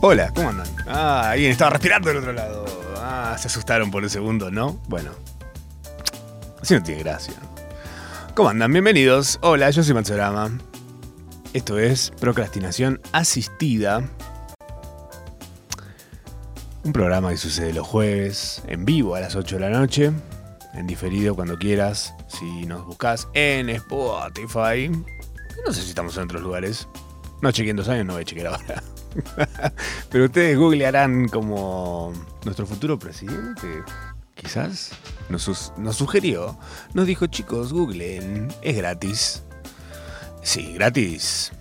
Hola, ¿cómo andan? Ah, alguien estaba respirando del otro lado. Ah, se asustaron por un segundo, ¿no? Bueno. Así no tiene gracia. ¿Cómo andan? Bienvenidos. Hola, yo soy Matsurama. Esto es Procrastinación Asistida. Un programa que sucede los jueves, en vivo a las 8 de la noche. En diferido cuando quieras, si nos buscas en Spotify. No sé si estamos en otros lugares. No chequeé en dos años, no voy a chequear ahora. Pero ustedes googlearán como nuestro futuro presidente. Quizás nos, sus- nos sugirió, nos dijo chicos, googleen, es gratis. Sí, gratis.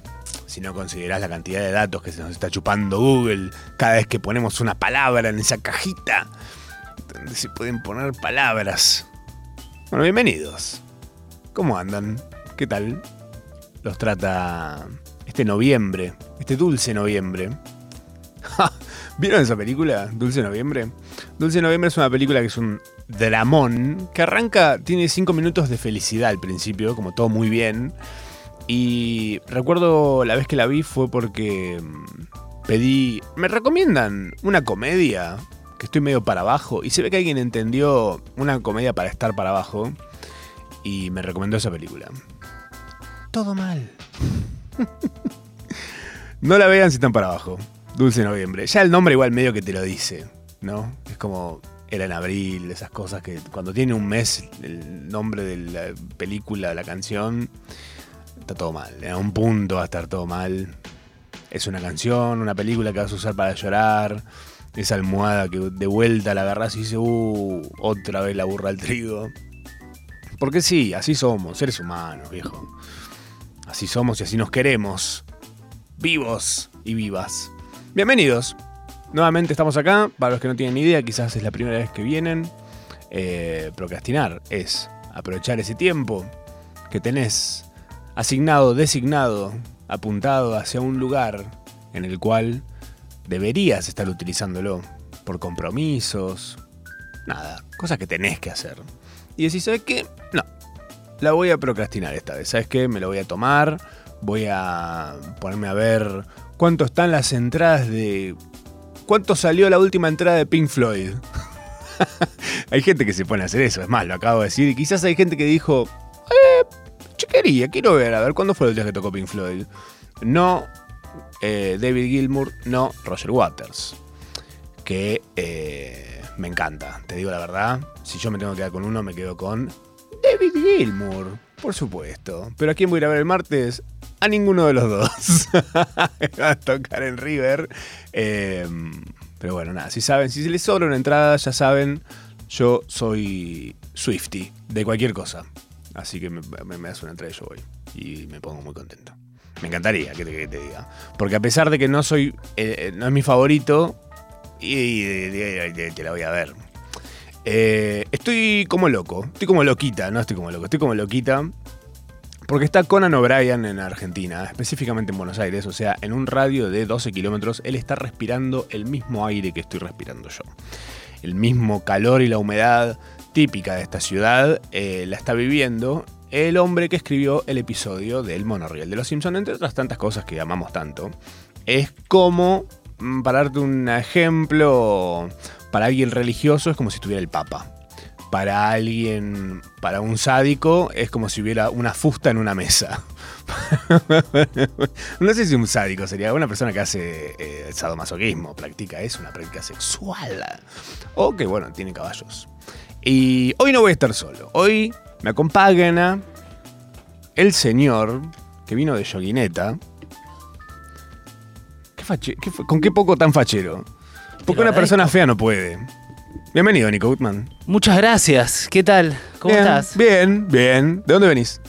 Si no considerás la cantidad de datos que se nos está chupando Google cada vez que ponemos una palabra en esa cajita, donde se pueden poner palabras. Bueno, bienvenidos. ¿Cómo andan? ¿Qué tal? Los trata este noviembre, este dulce noviembre. Ja, ¿Vieron esa película? Dulce Noviembre. Dulce Noviembre es una película que es un dramón, que arranca, tiene cinco minutos de felicidad al principio, como todo muy bien. Y recuerdo la vez que la vi fue porque mm, pedí, me recomiendan una comedia, que estoy medio para abajo, y se ve que alguien entendió una comedia para estar para abajo, y me recomendó esa película. Todo mal. No la vean si están para abajo. Dulce Noviembre. Ya el nombre igual medio que te lo dice, ¿no? Es como era en abril, esas cosas que cuando tiene un mes el nombre de la película, la canción, está todo mal. En un punto va a estar todo mal. Es una canción, una película que vas a usar para llorar. Esa almohada que de vuelta la agarras y dices, uh, otra vez la burra al trigo. Porque sí, así somos, seres humanos, viejo. Así somos y así nos queremos vivos y vivas. Bienvenidos. Nuevamente estamos acá. Para los que no tienen idea, quizás es la primera vez que vienen. Eh, procrastinar es aprovechar ese tiempo que tenés asignado, designado, apuntado hacia un lugar en el cual deberías estar utilizándolo por compromisos, nada, cosas que tenés que hacer. Y decís, ¿sabes qué? No, la voy a procrastinar esta vez. ¿Sabes qué? Me lo voy a tomar. Voy a ponerme a ver cuánto están las entradas de. ¿Cuánto salió la última entrada de Pink Floyd? hay gente que se pone a hacer eso, es más, lo acabo de decir. Y quizás hay gente que dijo. Eh, chequería, quiero ver, a ver cuándo fue el día que tocó Pink Floyd. No eh, David Gilmour, no Roger Waters. Que eh, me encanta, te digo la verdad. Si yo me tengo que quedar con uno, me quedo con David Gilmour, por supuesto. Pero ¿a quién voy a ir a ver el martes? A ninguno de los dos. Va a tocar en River. Eh, pero bueno, nada, si saben, si les sobra una entrada, ya saben, yo soy Swifty, de cualquier cosa. Así que me, me, me das una entrada y yo voy. Y me pongo muy contento. Me encantaría que te, que te diga. Porque a pesar de que no soy, eh, eh, no es mi favorito, y, y- y- y- te la voy a ver. Eh, estoy como loco, estoy como loquita, no estoy como loco, estoy como loquita. Porque está Conan O'Brien en Argentina, específicamente en Buenos Aires, o sea, en un radio de 12 kilómetros, él está respirando el mismo aire que estoy respirando yo. El mismo calor y la humedad típica de esta ciudad eh, la está viviendo el hombre que escribió el episodio del monorriel de Los Simpsons, entre otras tantas cosas que amamos tanto. Es como, mm, para darte un ejemplo, para alguien religioso es como si estuviera el Papa. Para alguien, para un sádico, es como si hubiera una fusta en una mesa. no sé si un sádico sería una persona que hace eh, sadomasoquismo, practica eso, una práctica sexual. O que, bueno, tiene caballos. Y hoy no voy a estar solo. Hoy me acompaña el señor que vino de Yoguineta. ¿Qué fache- qué fa- ¿Con qué poco tan fachero? Porque Te lo una persona fea no puede. Bienvenido, Nico Gutman. Muchas gracias. ¿Qué tal? ¿Cómo Bien, estás? Bien, bien. ¿De dónde venís?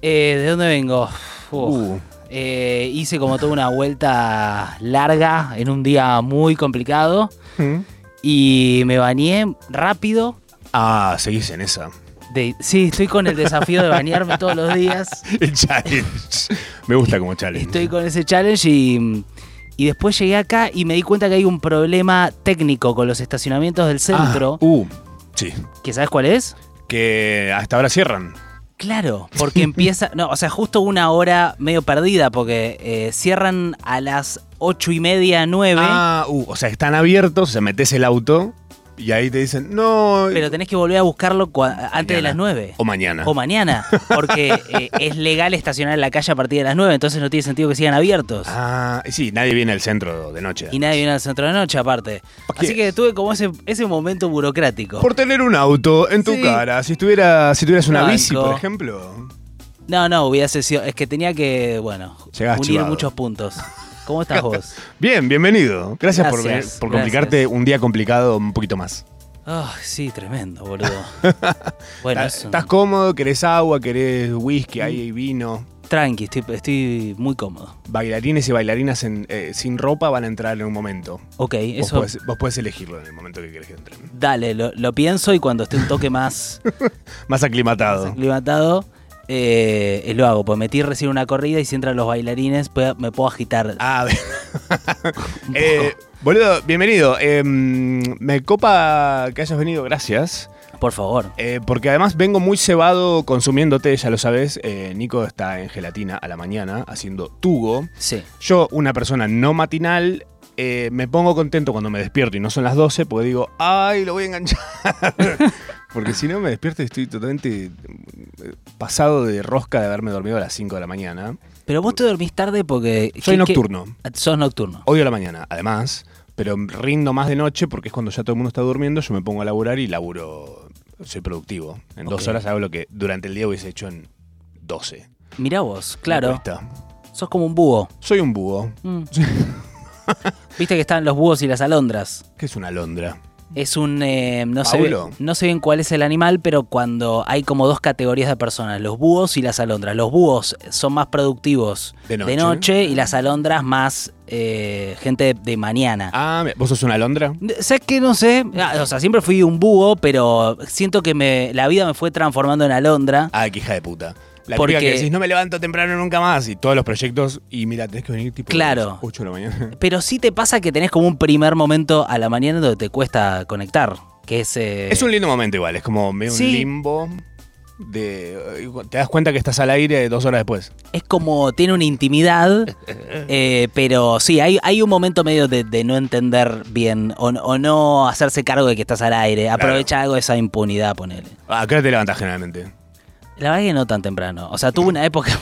Eh, ¿De dónde vengo? Uf. Uh, Eh, hice como toda una vuelta larga en un día muy complicado mm. y me bañé rápido. Ah, seguís en esa. De, sí, estoy con el desafío de bañarme todos los días. El challenge. Me gusta como challenge. Estoy con ese challenge y, y después llegué acá y me di cuenta que hay un problema técnico con los estacionamientos del Ah, centro. uh, sí. ¿Que sabes cuál es? Que hasta ahora cierran. Claro, porque empieza. No, o sea, justo una hora medio perdida, porque eh, cierran a las ocho y media, nueve. Ah, uh, o sea, están abiertos, o sea, metes el auto y ahí te dicen, no. Pero tenés que volver a buscarlo cua- antes de mañana. las 9. O mañana. O mañana. Porque eh, es legal estacionar en la calle a partir de las 9, entonces no tiene sentido que sigan abiertos. ah, y sí, nadie viene al centro de noche. Y nadie viene al centro de noche aparte. ¿Para Así qué? que tuve como ese, ese momento burocrático. Por tener un auto en tu Sí. cara. Si, estuviera, si tuvieras una bici, Banco. por ejemplo. No, no, hubiese sido. Es que tenía que, bueno, Llegás unir chivado. muchos puntos. ¿Cómo estás vos? Bien, bienvenido. Gracias, por, venir- Gracias, por complicarte gracias. un día complicado un poquito más. Ah, sí, tremendo, boludo. Bueno, ¿Estás, es un- estás cómodo? ¿Querés agua? ¿Querés whisky? Ahí hay vino. tranqui, estoy, estoy muy cómodo. Bailarines y bailarinas en- eh, sin ropa van a entrar en un momento. Ok, Vos eso. podés, vos podés elegirlo en el momento que querés que entren. Dale, lo, lo pienso y cuando esté un toque más Más aclimatado. aclimatado, eh, eh, lo hago. Pues metí recién una corrida y si entran los bailarines, pueda- me puedo agitar. Ah, bien. Eh, boludo, bienvenido. Eh, me copa que hayas venido, gracias. Por favor. Eh, porque además vengo muy cebado consumiéndote, ya lo sabes. Eh, Nico está en gelatina a la mañana haciendo tugo. Sí. Yo, una persona no matinal, eh, me pongo contento cuando me despierto y no son las 12 porque digo, ay, lo voy a enganchar. porque si no me despierto y estoy totalmente eh, pasado de rosca de haberme dormido a las 5 de la mañana. Pero vos te dormís tarde porque. Soy ¿qué- qué- nocturno. Sos nocturno. Odio la mañana, además, pero rindo más de noche porque es cuando ya todo el mundo está durmiendo, yo me pongo a laburar y laburo, soy productivo. En dos Ok. horas hago lo que durante el día hubiese hecho en 12. Mirá vos, Ahí claro. está. Sos como un búho. Soy un búho, Mm. Viste que están los búhos y las alondras. que es una alondra. Es un. eh, no, sé, bien- Paulo. no sé bien cuál es el animal, pero cuando hay como dos categorías de personas, los búhos y las alondras. Los búhos son más productivos De noche. y las alondras más eh, gente de, de mañana. Ah, mira, ¿vos sos una alondra? ¿Sabes qué? No sé. Ah, O sea, siempre fui un búho, pero siento que me, la vida me fue transformando en alondra. Ah, qué hija de puta. La Porque- típica que decís, no me levanto temprano nunca más. Y todos los proyectos, y mira, tenés que venir tipo Claro. Eh. 8 de la mañana. Pero sí te pasa que tenés como un primer momento a la mañana donde te cuesta conectar. Que es. eh, Es un lindo momento igual, es como medio Sí. un limbo de. Te das cuenta que estás al aire dos horas después. es como. Tiene una intimidad. eh, pero sí, hay, hay un momento medio de, de no entender bien. O, o no hacerse cargo de que estás al aire. Aprovecha algo de esa impunidad, ponele. ¿A qué hora te levantás generalmente? La verdad que no tan temprano. O sea, tuve una época.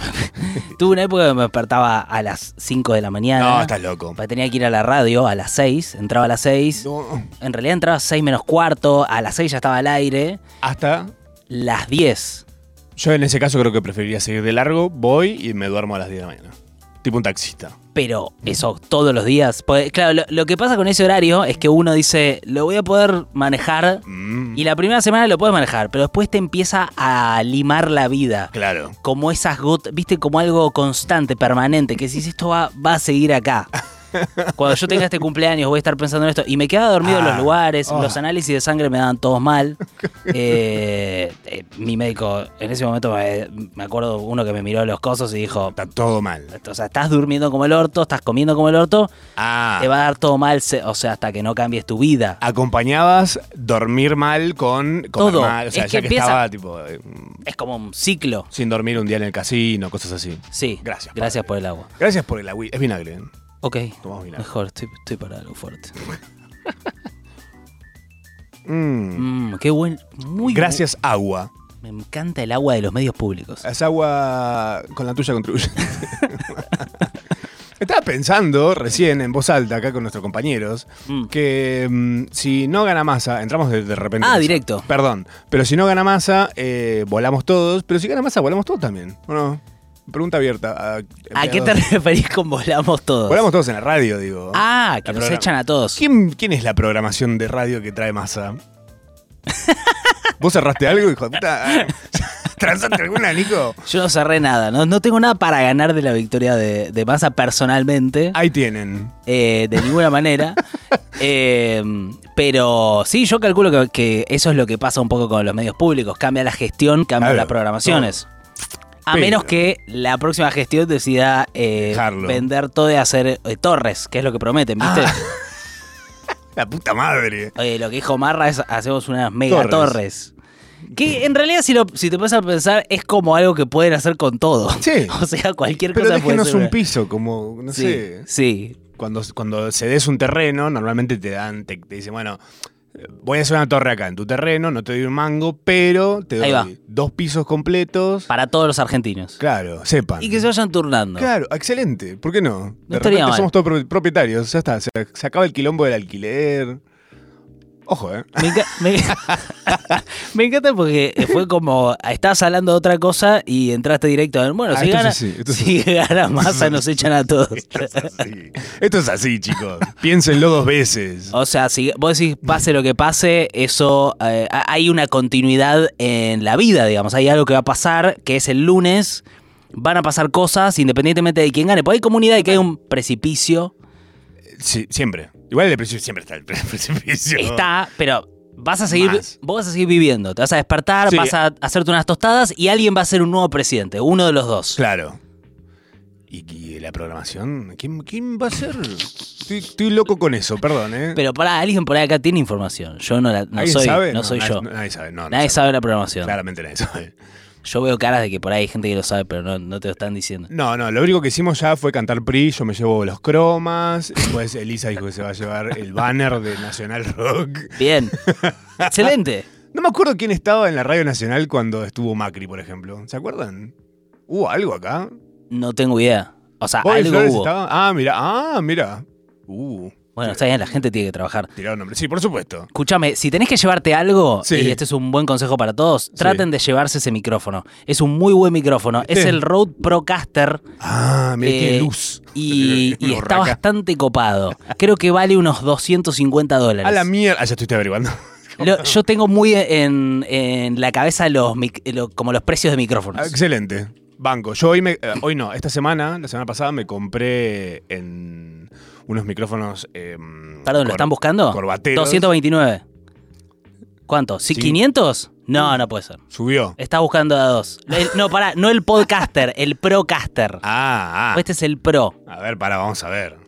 tuve una época que me despertaba a las 5 de la mañana. No, estás loco. Pa- Tenía que ir a la radio a las 6, entraba a las 6. No, En realidad entraba a 6 menos cuarto, a las 6 ya estaba al aire. Hasta. Las 10. Yo en ese caso creo que preferiría seguir de largo, voy y me duermo a las 10 de la mañana. Tipo un taxista. Pero eso todos los días. Pues, claro, lo, lo que pasa con ese horario es que uno dice, lo voy a poder manejar. Mm, Y la primera semana lo puedes manejar, pero después te empieza a limar la vida. Claro. Como esas gotas, viste, como algo constante, permanente, que si esto va, va a seguir acá. Cuando yo tenga este cumpleaños voy a estar pensando en esto. Y me quedaba dormido en los Ah, lugares, oh. los análisis de sangre me daban todos mal. Eh, eh, mi médico, en ese momento me, me acuerdo uno que me miró los cosos y dijo, Está todo mal. o sea, estás durmiendo como el orto, estás comiendo como el orto, Ah. te va a dar todo mal, se- o sea, hasta que no cambies tu vida. Acompañabas dormir mal con comer Todo. mal. O sea, Es ya que que empieza- estaba tipo eh, mm, Es como un ciclo. sin dormir un día en el casino, cosas así. Sí. Gracias, Gracias padre. por el agua. Gracias por el agua. Es vinagre. ¿eh? Ok. Tomamos vinagre. Mejor, estoy, estoy para algo fuerte. Mm. Mm, qué buen. Muy bu- Gracias, Ah, agua. Me encanta el agua de los medios públicos. Es agua con la tuya contribuye. Estaba pensando recién en voz alta acá con nuestros compañeros Mm. que mm, si no gana masa, entramos de, de repente. Ah, en eso. directo. Perdón, pero si no gana masa, eh, volamos todos, pero si gana masa, volamos todos también. ¿o no? Pregunta abierta. ¿A, ¿A Ah, qué te empleados. referís con volamos todos? Volamos todos en la radio, digo. Ah, que La nos programa- echan a todos. ¿Quién, quién es la programación de radio que trae masa? ¿Vos cerraste algo, hijo de puta? ¿Transaste alguna, Nico? Yo no cerré nada, no, no tengo nada para ganar de la victoria de, de Massa personalmente, Ahí tienen. eh, de ninguna manera. Eh, pero sí, yo calculo que, que eso es lo que pasa un poco con los medios públicos. Cambia la gestión, cambian Claro, las programaciones. A Pero- menos que la próxima gestión decida eh, Dejarlo. vender todo y hacer eh, torres, que es lo que prometen, ¿viste? Eh, Ah. La puta madre. Oye, lo que dijo Marra es hacemos unas mega Torres. torres. Que en realidad, si, lo- si te pones a pensar, es como algo que pueden hacer con todo. Sí. O sea, cualquier Pero cosa puede déjenos ser un una- piso, como, no Sí, sé. sí. Cuando, cuando cedes un terreno, normalmente te dan, te, te dicen, bueno, eh, voy a hacer una torre acá en tu terreno, no te doy un mango, pero te Ahí va. doy dos pisos completos. Para todos los argentinos. Claro, sepan. Y que se vayan turnando. Claro, excelente. ¿Por qué no? De estaría repente mal. somos todos pro- propietarios, ya está. Se, se acaba el quilombo del alquiler. Ojo, ¿eh? Me, enca- me- me encanta porque fue como, estabas hablando de otra cosa y entraste directo. a- Bueno, Ah, si, esto es gana, así, esto es si gana masa nos echan a todos. Esto es así. Esto es así, chicos. Piénsenlo dos veces. O sea, si vos decís pase lo que pase, eso eh, ha- hay una continuidad en la vida, digamos. Hay algo que va a pasar, que es el lunes, van a pasar cosas independientemente de quién gane. Porque hay comunidad y que hay un precipicio. Sí, siempre. Igual el precipicio siempre está el pre- precipicio. Está, pero vas a seguir, Más. vos vas a seguir viviendo, te vas a despertar, Sí. vas a hacerte unas tostadas y alguien va a ser un nuevo presidente, uno de los dos. Claro. ¿Y, y la programación? ¿Quién, quién va a ser? Estoy, estoy loco con eso, perdón, ¿eh? Pero pará, alguien por ahí acá tiene información. Yo no la no ¿Alguien soy, sabe? no soy nadie- yo. Nadie, sabe, no, no nadie sabe la programación. Claramente nadie sabe. Yo veo caras de que por ahí hay gente que lo sabe, pero no, no te lo están diciendo. No, no, lo único que hicimos ya fue cantar PRI, yo me llevo los cromas, después Elisa dijo que se va a llevar el banner de Nacional Rock. Bien. Excelente. No me acuerdo quién estaba en la Radio Nacional cuando estuvo Macri, por ejemplo. ¿Se acuerdan? ¿Hubo algo acá? No tengo idea. O sea, ¿Bobby algo Flores hubo. estaba? Ah, mira, ah, mira. Uh, Bueno, está bien, la gente tiene que trabajar. tiraron nombre. Sí, por supuesto. Escúchame, si tenés que llevarte algo, Sí. y este es un buen consejo para todos, traten de llevarse ese micrófono. Es un muy buen micrófono. Es Sí. el Rode Procaster Ah, mira, tiene Eh, luz. y, y Una está borraca. bastante copado. Creo que vale unos 250 dólares. A la mierda. Ah, ya estuviste averiguando. Lo- yo tengo muy en, en la cabeza los mic- lo- como los precios de Ah, micrófonos. Excelente. Banco. Yo hoy me. eh, hoy no, esta semana, la semana pasada, me compré en unos micrófonos. em, Perdón, ¿lo cor- están buscando? Corbateros. 229. ¿Cuánto? ¿Sí, Sí. 500? No, no puede ser. Subió. Está buscando a dos. El- no, pará, no el podcaster, el procaster. Ah, ah. Este es el pro. A ver, para, vamos a ver. No,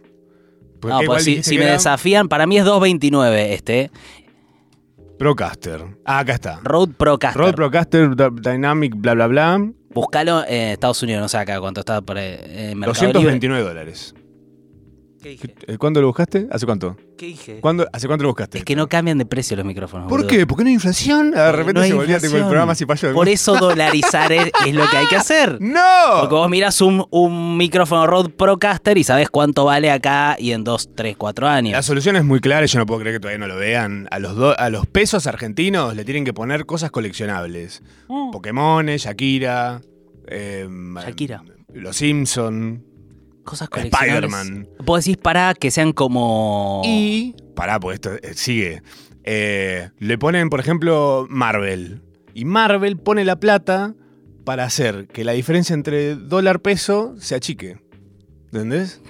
qué, igual pues si, dijiste si que me era desafían, para mí es 229 este. Procaster. Ah, acá está. Road Procaster. Rode Procaster D- Dynamic, bla, bla, bla. Buscalo en Estados Unidos, no sé acá cuánto está por ahí, en Mercado Libre. 229 dólares. ¿Qué dije? Eh, ¿Cuándo lo buscaste? ¿Hace cuánto? ¿Qué dije? ¿Cuándo, ¿Hace cuánto lo buscaste? Es que no cambian de precio los micrófonos. ¿Por boludo. qué? ¿Por qué no hay inflación? Ah, De repente No hay se volvía tipo, el inflación. programa si falló. Por eso dolarizar es, es lo que hay que hacer. Porque ¡No! vos mirás un, un micrófono Rode Procaster y sabés cuánto vale acá y en 2, 3, 4 años. La solución es muy clara, y yo no puedo creer que todavía no lo vean. A los, do- a los pesos argentinos le tienen que poner cosas coleccionables. Mm. Pokémones, Shakira, em, Shakira. Los Simpson. Cosas coleccionables. Spider-Man. Vos decís para que sean como. Y. Pará, porque esto eh, sigue. Eh, le ponen, por ejemplo, Marvel. Y Marvel pone la plata para hacer que la diferencia entre dólar-peso se achique. ¿Entendés?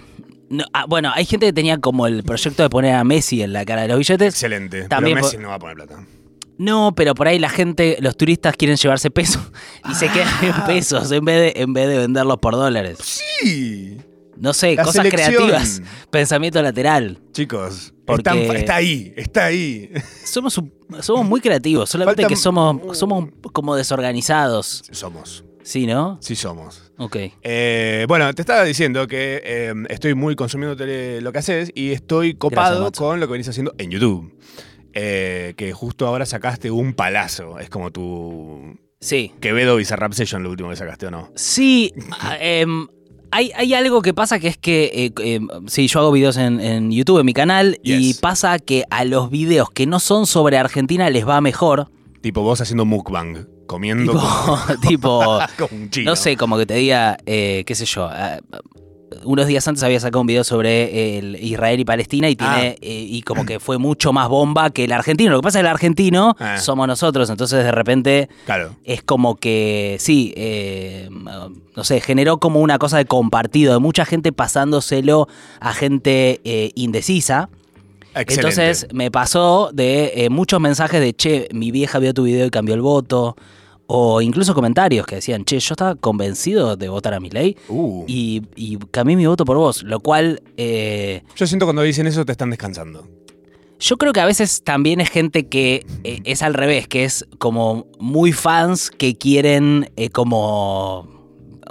No, ah, bueno, hay gente que tenía como el proyecto de poner a Messi en la cara de los billetes. Excelente. También Pero Messi po- no va a poner plata. No, pero por ahí la gente, los turistas quieren llevarse pesos y se quedan en pesos en vez de, en vez de venderlos por dólares. Ah. Sí. No sé, La cosas selección. creativas. Pensamiento lateral. Chicos, Porque- están- está ahí, está ahí. Somos, un- somos muy creativos, solamente Falta- que somos, somos un- como desorganizados. Somos, Sí, ¿no? sí somos. Ok. Eh, bueno, te estaba diciendo que eh, estoy muy consumiendo tele- lo que haces y estoy copado Matsu. con lo que venís haciendo en YouTube. Eh, que justo ahora sacaste un palazo. Es como tu Sí. Quevedo Bizarrap Session, lo último que sacaste, ¿o no? Sí, ah, em, hay, hay algo que pasa que es que, eh, em, sí, yo hago videos en, en YouTube, en mi canal, y Yes. pasa que a los videos que no son sobre Argentina les va mejor. Tipo vos haciendo mukbang, comiendo Tipo, tipo, como, como un chino. no sé, como que te diga, eh, qué sé yo, ah, unos días antes había sacado un video sobre el Israel y Palestina y tiene, eh, y como que fue mucho más bomba que el argentino. Lo que pasa es que el argentino Ah. somos nosotros, entonces de repente Claro. es como que, sí, eh, no sé, generó como una cosa de compartido, de mucha gente pasándoselo a gente eh, indecisa. Excelente. Entonces me pasó de eh, muchos mensajes de, che, mi vieja vio tu video y cambió el voto, o incluso comentarios que decían, che, yo estaba convencido de votar a mi ley Uh, y, y cambié mi voto por vos, lo cual... eh, yo siento cuando dicen eso te están descansando. Yo creo que a veces también es gente que eh, es al revés, que es como muy fans que quieren eh, como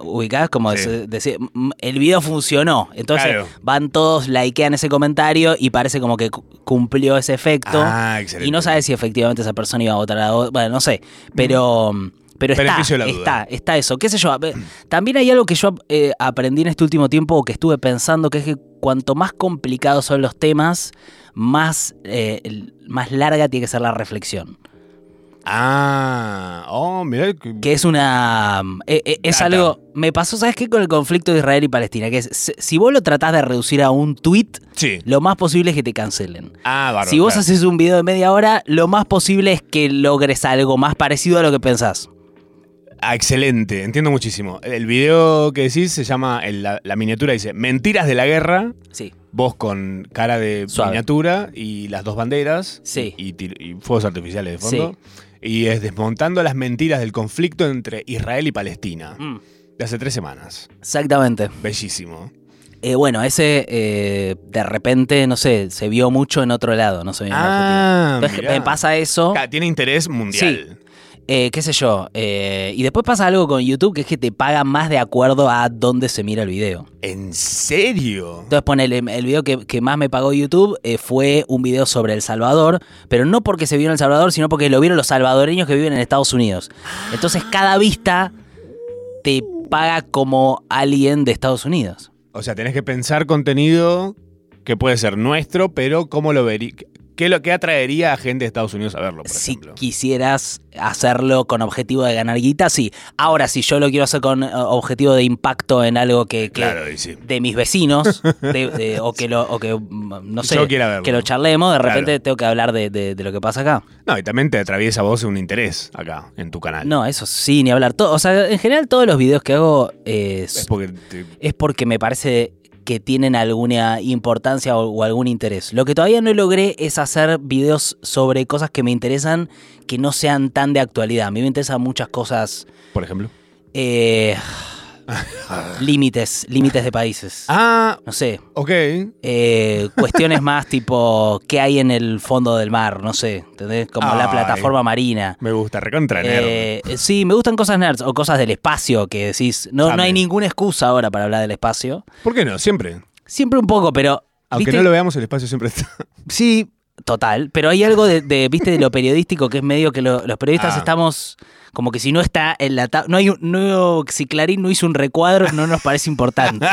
ubicadas como Sí. de- decir, "Mm, el video funcionó. Entonces Claro. van todos, likean ese comentario y parece como que cu- cumplió ese efecto. Ah, excelente. Y no sabes si efectivamente esa persona iba a votar a otra. Bueno, no sé. Pero, pero está, Mm. Beneficio de la duda. está, está eso. ¿Qué sé yo? a ver, También hay algo que yo eh, aprendí en este último tiempo o que estuve pensando, que es que cuanto más complicados son los temas, más, eh, el- más larga tiene que ser la reflexión. Ah, oh, mirá. que- Que es una. eh, eh, es Data. algo. Me pasó, ¿sabes qué? Con el conflicto de Israel y Palestina. Que es, se- si vos lo tratás de reducir a un tweet, Sí. lo más posible es que te cancelen. Ah, bárbaro. si vos claro. haces un video de media hora, lo más posible es que logres algo más parecido a lo que pensás. Ah, excelente, entiendo muchísimo. El video que decís se llama, el- la, la miniatura dice Mentiras de la Guerra, Sí. vos con cara de Suave. miniatura y las dos banderas Sí. y, tir- y fuegos artificiales de fondo. Y es desmontando las mentiras del conflicto entre Israel y Palestina Mm, de hace tres semanas. Exactamente. Bellísimo. Eh, bueno, ese eh, de repente, no sé, se vio mucho en otro lado, no sé. en Argentina. Ah, Entonces, mirá. me pasa eso. Ca- Tiene interés mundial. Eh, qué sé yo. eh, y después pasa algo con YouTube que es que te paga más de acuerdo a dónde se mira el video. ¿En serio? Entonces ponele, el video que, que más me pagó YouTube eh, fue un video sobre El Salvador, pero no porque se vio en El Salvador, sino porque lo vieron los salvadoreños que viven en Estados Unidos. Entonces cada vista te paga como alguien de Estados Unidos. O sea, tenés que pensar contenido que puede ser nuestro, pero ¿cómo lo verí- ¿Qué, lo, ¿Qué atraería a gente de Estados Unidos a verlo, por Si ejemplo? quisieras hacerlo con objetivo de ganar guita, sí. Ahora, si yo lo quiero hacer con eh, objetivo de impacto en algo que, que- Claro, y sí. de mis vecinos de- de- o que lo o que mm, no sé Yo quiera verlo. que lo charlemos de Claro. repente tengo que hablar de, de- de lo que pasa acá No, y también te atraviesa vos un interés acá, en tu canal. no eso sí ni hablar todo o sea en general todos los videos que hago Es es, porque te- es porque me parece que tienen alguna importancia o, o algún interés lo que todavía no logré es hacer videos sobre cosas que me interesan que no sean tan de actualidad a mí me interesan muchas cosas por ejemplo. eh, límites límites de países Ah, no sé ok. Eh, cuestiones más tipo qué hay en el fondo del mar, no sé, ¿entendés? Como Ay. la plataforma marina. Me gusta, recontra nerd. Eh, sí, me gustan cosas nerds o cosas del espacio que decís, no, no hay Amén. ninguna excusa ahora para hablar del espacio. ¿Por qué no? Siempre. Siempre un poco, pero... Aunque ¿viste? no lo veamos, el espacio siempre está. Sí, total, pero hay algo de, de, viste, de lo periodístico que es medio que lo- los periodistas Ah. estamos... Como que si no está en la tabla... No hay un, no, si Clarín no hizo un recuadro, no nos parece importante.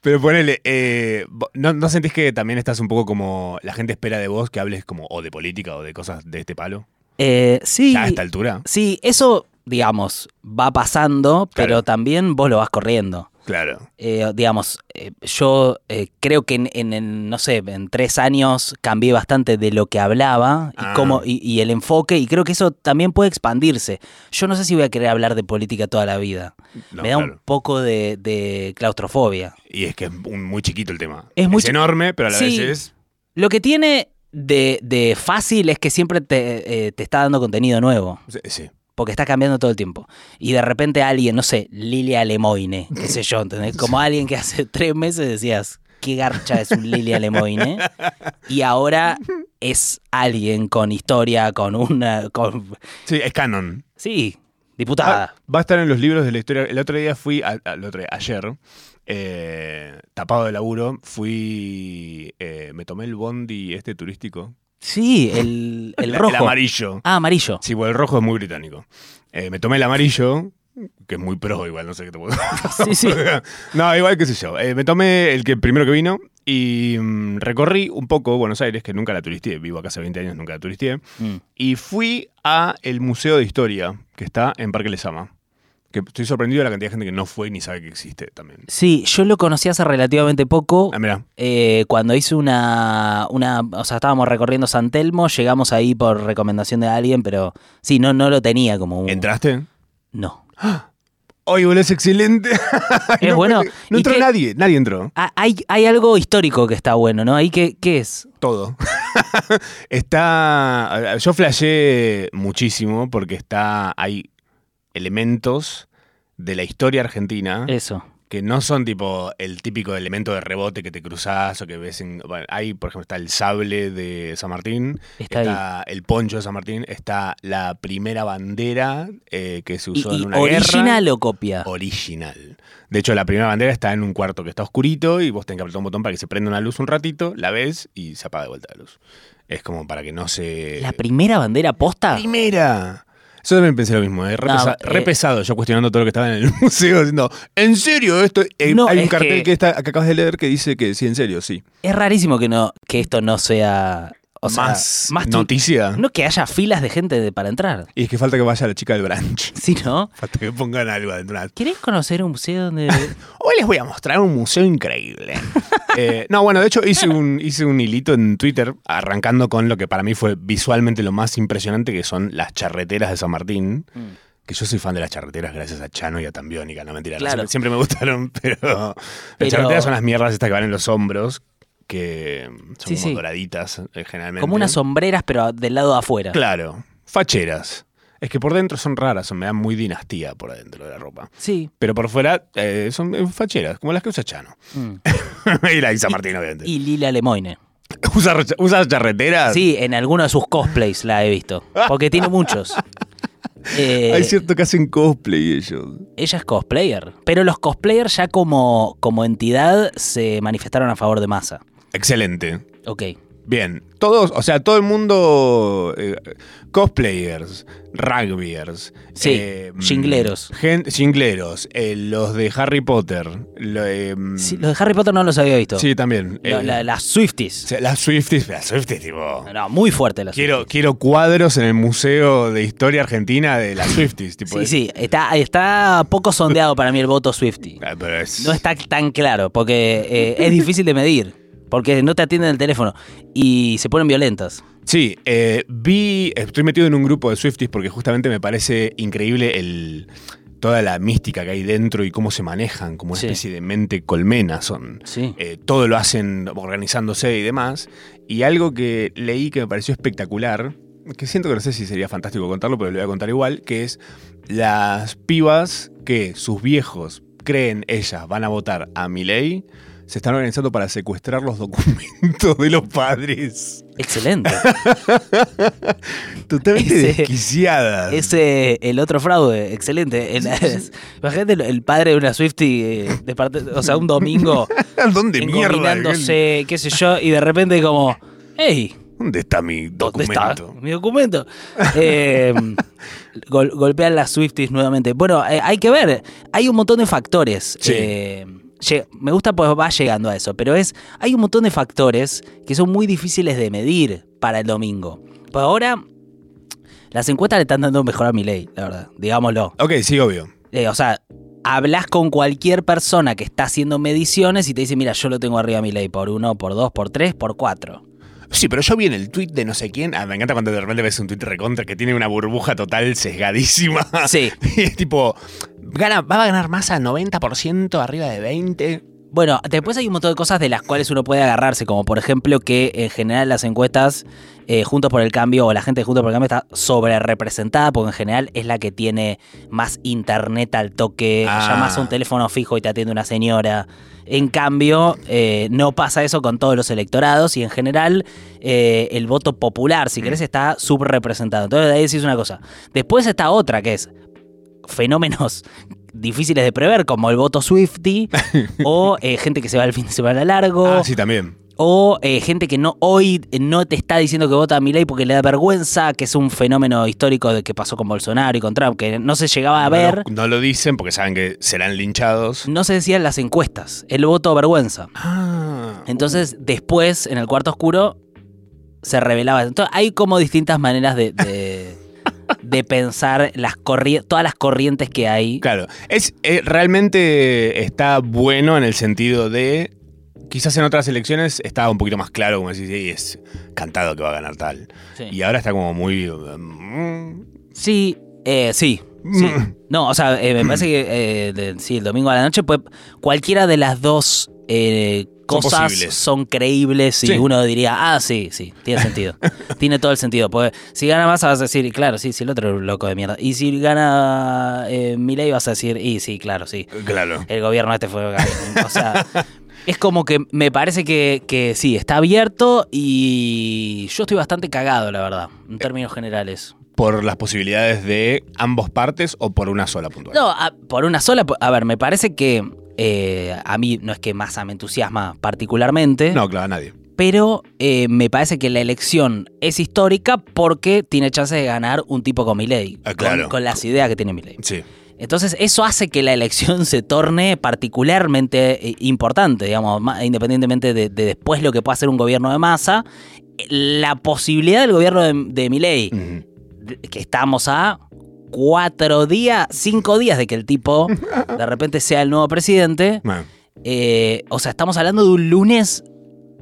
Pero ponele, eh, vo- ¿no, ¿no sentís que también estás un poco como la gente espera de vos que hables como o de política o de cosas de este palo? Eh, sí. Ya a esta altura. Sí, eso, digamos, va pasando, pero Claro. también vos lo vas corriendo. Claro. Eh, digamos, eh, yo eh, creo que en, en- en, no sé, en tres años cambié bastante de lo que hablaba y, Ah. cómo, y, y el enfoque, y creo que eso también puede expandirse. Yo no sé si voy a querer hablar de política toda la vida. No, Me da claro. un poco de, de claustrofobia. Y es que es un- muy chiquito el tema. Es Es, muy chi- enorme, pero a la Sí. vez es. Lo que tiene de, de fácil es que siempre te, eh, te está dando contenido nuevo. sí, Sí. porque está cambiando todo el tiempo. Y de repente alguien, no sé, Lilia Lemoine, qué sé yo, ¿entendés? Como alguien que hace tres meses decías, qué garcha es un Lilia Lemoine. Y ahora es alguien con historia, con una... Con... Sí, es canon. Sí, diputada. Va, va a estar en los libros de la historia. El otro día fui, a- al otro día, ayer, eh, tapado de laburo, fui. eh, me tomé el bondi este turístico. Sí, el, el La- El rojo. amarillo. Ah, amarillo. Sí, bueno, el rojo es muy británico. Eh, me tomé el amarillo, que es muy pro, igual, no sé qué te puedo Sí, sí. no, igual qué sé yo. Eh, me tomé el que primero que vino y mm, recorrí un poco Buenos Aires, que nunca la turisteé. Vivo acá hace 20 años, nunca la turisteé. Mm. Y fui a el Museo de Historia, que está en Parque Lesama. Que estoy sorprendido de la cantidad de gente que no fue y ni sabe que existe también. Sí, yo lo conocí hace relativamente poco. Ah, mirá. eh, cuando hice una, una. O sea, estábamos recorriendo San Telmo, llegamos ahí por recomendación de alguien, pero sí, no, no lo tenía como un. ¿Entraste? No. ¡Ay, boludo, es excelente! Es bueno. No ¿Y entró qué? nadie, nadie entró. Ah, Hay, hay algo histórico que está bueno, ¿no? Ahí que, ¿Qué es? Todo. está. Yo flashé muchísimo porque está. Hay elementos de la historia argentina. Eso. que no son tipo el típico elemento de rebote que te cruzás o que ves en... Bueno, hay, por ejemplo, está el sable de San Martín, Está está, el poncho de San Martín, está la primera bandera eh, que se Y, usó y en una original guerra. o copia. Original. De hecho, la primera bandera está en un cuarto que está oscurito y vos tenés que apretar un botón para que se prenda una luz un ratito, la ves y se apaga de vuelta la luz. Es como para que no se... ¿La primera bandera posta? primera. Yo también pensé lo mismo, eh. Re, Ah. No, pesa- eh. re pesado, yo cuestionando todo lo que estaba en el museo, diciendo, ¿en serio esto? Eh, No, hay un es cartel que- que, está, que acabas de leer que dice que sí, en serio, sí. Es rarísimo que no que esto no sea... O sea, más, tu- noticia. No que haya filas de gente de- para entrar. Y es que falta que vaya la chica del branch. Si no, Falta que pongan algo adentro. una- ¿querés conocer un museo donde... Hoy les voy a mostrar un museo increíble. Eh, no, bueno, de hecho hice un, hice un hilito en Twitter arrancando con lo que para mí fue visualmente lo más impresionante, que son las charreteras de San Martín. Mm. Que yo soy fan de las charreteras gracias a Chano y a Tambiónica, no mentira. no, Claro. Siempre, siempre me gustaron, pero, Pero- Las charreteras son las mierdas estas que van en los hombros, que son Sí, como sí. doraditas eh, generalmente. como unas sombreras, pero del lado de afuera. Claro, facheras. Es que por dentro son raras, son, me dan muy dinastía por adentro de la ropa. Sí. Pero por fuera eh, son eh, facheras, como las que usa Chano. Mm. y la Isa Martín, obviamente. Y Lila Lemoine. ¿Usa, rocha- usa charreteras? Sí, en alguno de sus cosplays la he visto. Porque tiene muchos. Eh, Hay cierto que hacen cosplay ellos. ella es cosplayer. Pero los cosplayers ya como, como entidad se manifestaron a favor de Massa. Excelente. Ok. Mm. Bien, todos, o sea, todo el mundo, eh, cosplayers, rugbyers, eh, Sí, jingleros. gen- jingleros, eh, los de Harry Potter, lo, eh, Sí, los de Harry Potter no los había visto. sí, también, Lo- eh, la- las Swifties. o sea, las Swifties, las Swifties, tipo, No, muy fuerte las quiero, Swifties. quiero cuadros en el Museo de Historia Argentina de las Swifties, tipo, Sí, es- sí. Está, está poco sondeado para mí el voto Swiftie. Ah, pero es- No está tan claro, porque eh, es difícil de medir. Porque no te atienden el teléfono. Y se ponen violentas. Sí, eh, vi, estoy metido en un grupo de Swifties porque justamente me parece increíble el, toda la mística que hay dentro y cómo se manejan, como una Sí. especie de mente colmena son. Sí. Eh, todo lo hacen organizándose y demás. Y algo que leí que me pareció espectacular, que siento que no sé si sería fantástico contarlo, pero lo voy a contar igual, que es las pibas que sus viejos creen ellas van a votar a Milei, se están organizando para secuestrar los documentos de los padres. Excelente. Totalmente Ese- desquiciadas. Ese, el otro fraude, excelente. El- imagínate el- el padre de una Swifty, o sea, un domingo, ¿Dónde mierda? engominándose, qué sé yo, y de repente como, hey, ¿Dónde está mi ¿dónde documento? está mi documento? Eh, gol- golpean las Swifties nuevamente. Bueno, eh, hay que ver, hay un montón de factores. Sí. Eh, lle- me gusta pues va llegando a eso, pero es, hay un montón de factores que son muy difíciles de medir para el domingo. Por ahora... Las encuestas le están dando mejor a mi ley, la verdad, digámoslo. Ok, sí, obvio. Eh, o sea, hablas con cualquier persona que está haciendo mediciones y te dice, mira, yo lo tengo arriba a mi ley por uno, por dos, por tres, por cuatro. Sí, pero yo vi en el tweet de no sé quién. Ah, me encanta cuando de repente ves un tweet recontra que tiene una burbuja total sesgadísima. Sí. Y es tipo, gana, va a ganar más al 90% arriba de 20. Bueno, después hay un montón de cosas de las cuales uno puede agarrarse, como por ejemplo que en general las encuestas eh, Juntos por el Cambio o la gente de Juntos por el Cambio está sobre representada, porque en general es la que tiene más internet al toque, Ah. llamas a un teléfono fijo y te atiende una señora. En cambio, eh, no pasa eso con todos los electorados y en general eh, el voto popular, si querés, está subrepresentado. Entonces, de ahí decís una cosa. Después está otra que es fenómenos difíciles de prever, como el voto Swifty, o eh, gente que se va el fin de semana largo, Ah, sí, también. o eh, gente que no hoy eh, no te está diciendo que vota a Milei porque le da vergüenza, que es un fenómeno histórico de que pasó con Bolsonaro y con Trump, que no se llegaba a No ver, Mm. lo- No, lo dicen porque saben que serán linchados. no se decía en las encuestas, el voto vergüenza. Ah. Entonces, después, en el cuarto oscuro, se revelaba. Entonces, hay como distintas maneras de, de- de pensar las corri- todas las corrientes que hay. Claro, es eh, realmente está bueno en el sentido de quizás en otras elecciones estaba un poquito más claro como decís, "Ey, es cantado que va a ganar tal. Sí. Y ahora está como muy mm, Sí, Eh, sí. sí. No, o sea, eh, me parece que eh, de- sí, el domingo a la noche, pues cualquiera de las dos eh, Son cosas son, posibles. creíbles y Sí. uno diría, ah, sí, sí, tiene sentido. tiene todo el sentido. Porque si gana Massa vas a decir, claro, sí, sí, el otro es un loco de mierda. Y si gana eh, Milei vas a decir, y sí, claro, sí. Claro. El gobierno este fue. O sea, es como que me parece que, que sí, está abierto y yo estoy bastante cagado, la verdad, en Eh, términos generales. ¿Por las posibilidades de ambos partes o por una sola puntual? No, a- por una sola. po- A ver, me parece que eh, a mí no es que Massa me entusiasma particularmente, No, claro, a nadie. pero eh, me parece que la elección es histórica porque tiene chance de ganar un tipo con Milei. Ah, claro. Con, con las ideas que tiene Milei. Sí. Entonces, eso hace que la elección se torne particularmente eh, importante, digamos, ma- independientemente de, de después lo que pueda hacer un gobierno de masa. La posibilidad del gobierno de, de Milei, Ujú. que estamos a cuatro días, cinco días de que el tipo de repente sea el nuevo presidente. Bueno, eh, o sea, estamos hablando de un lunes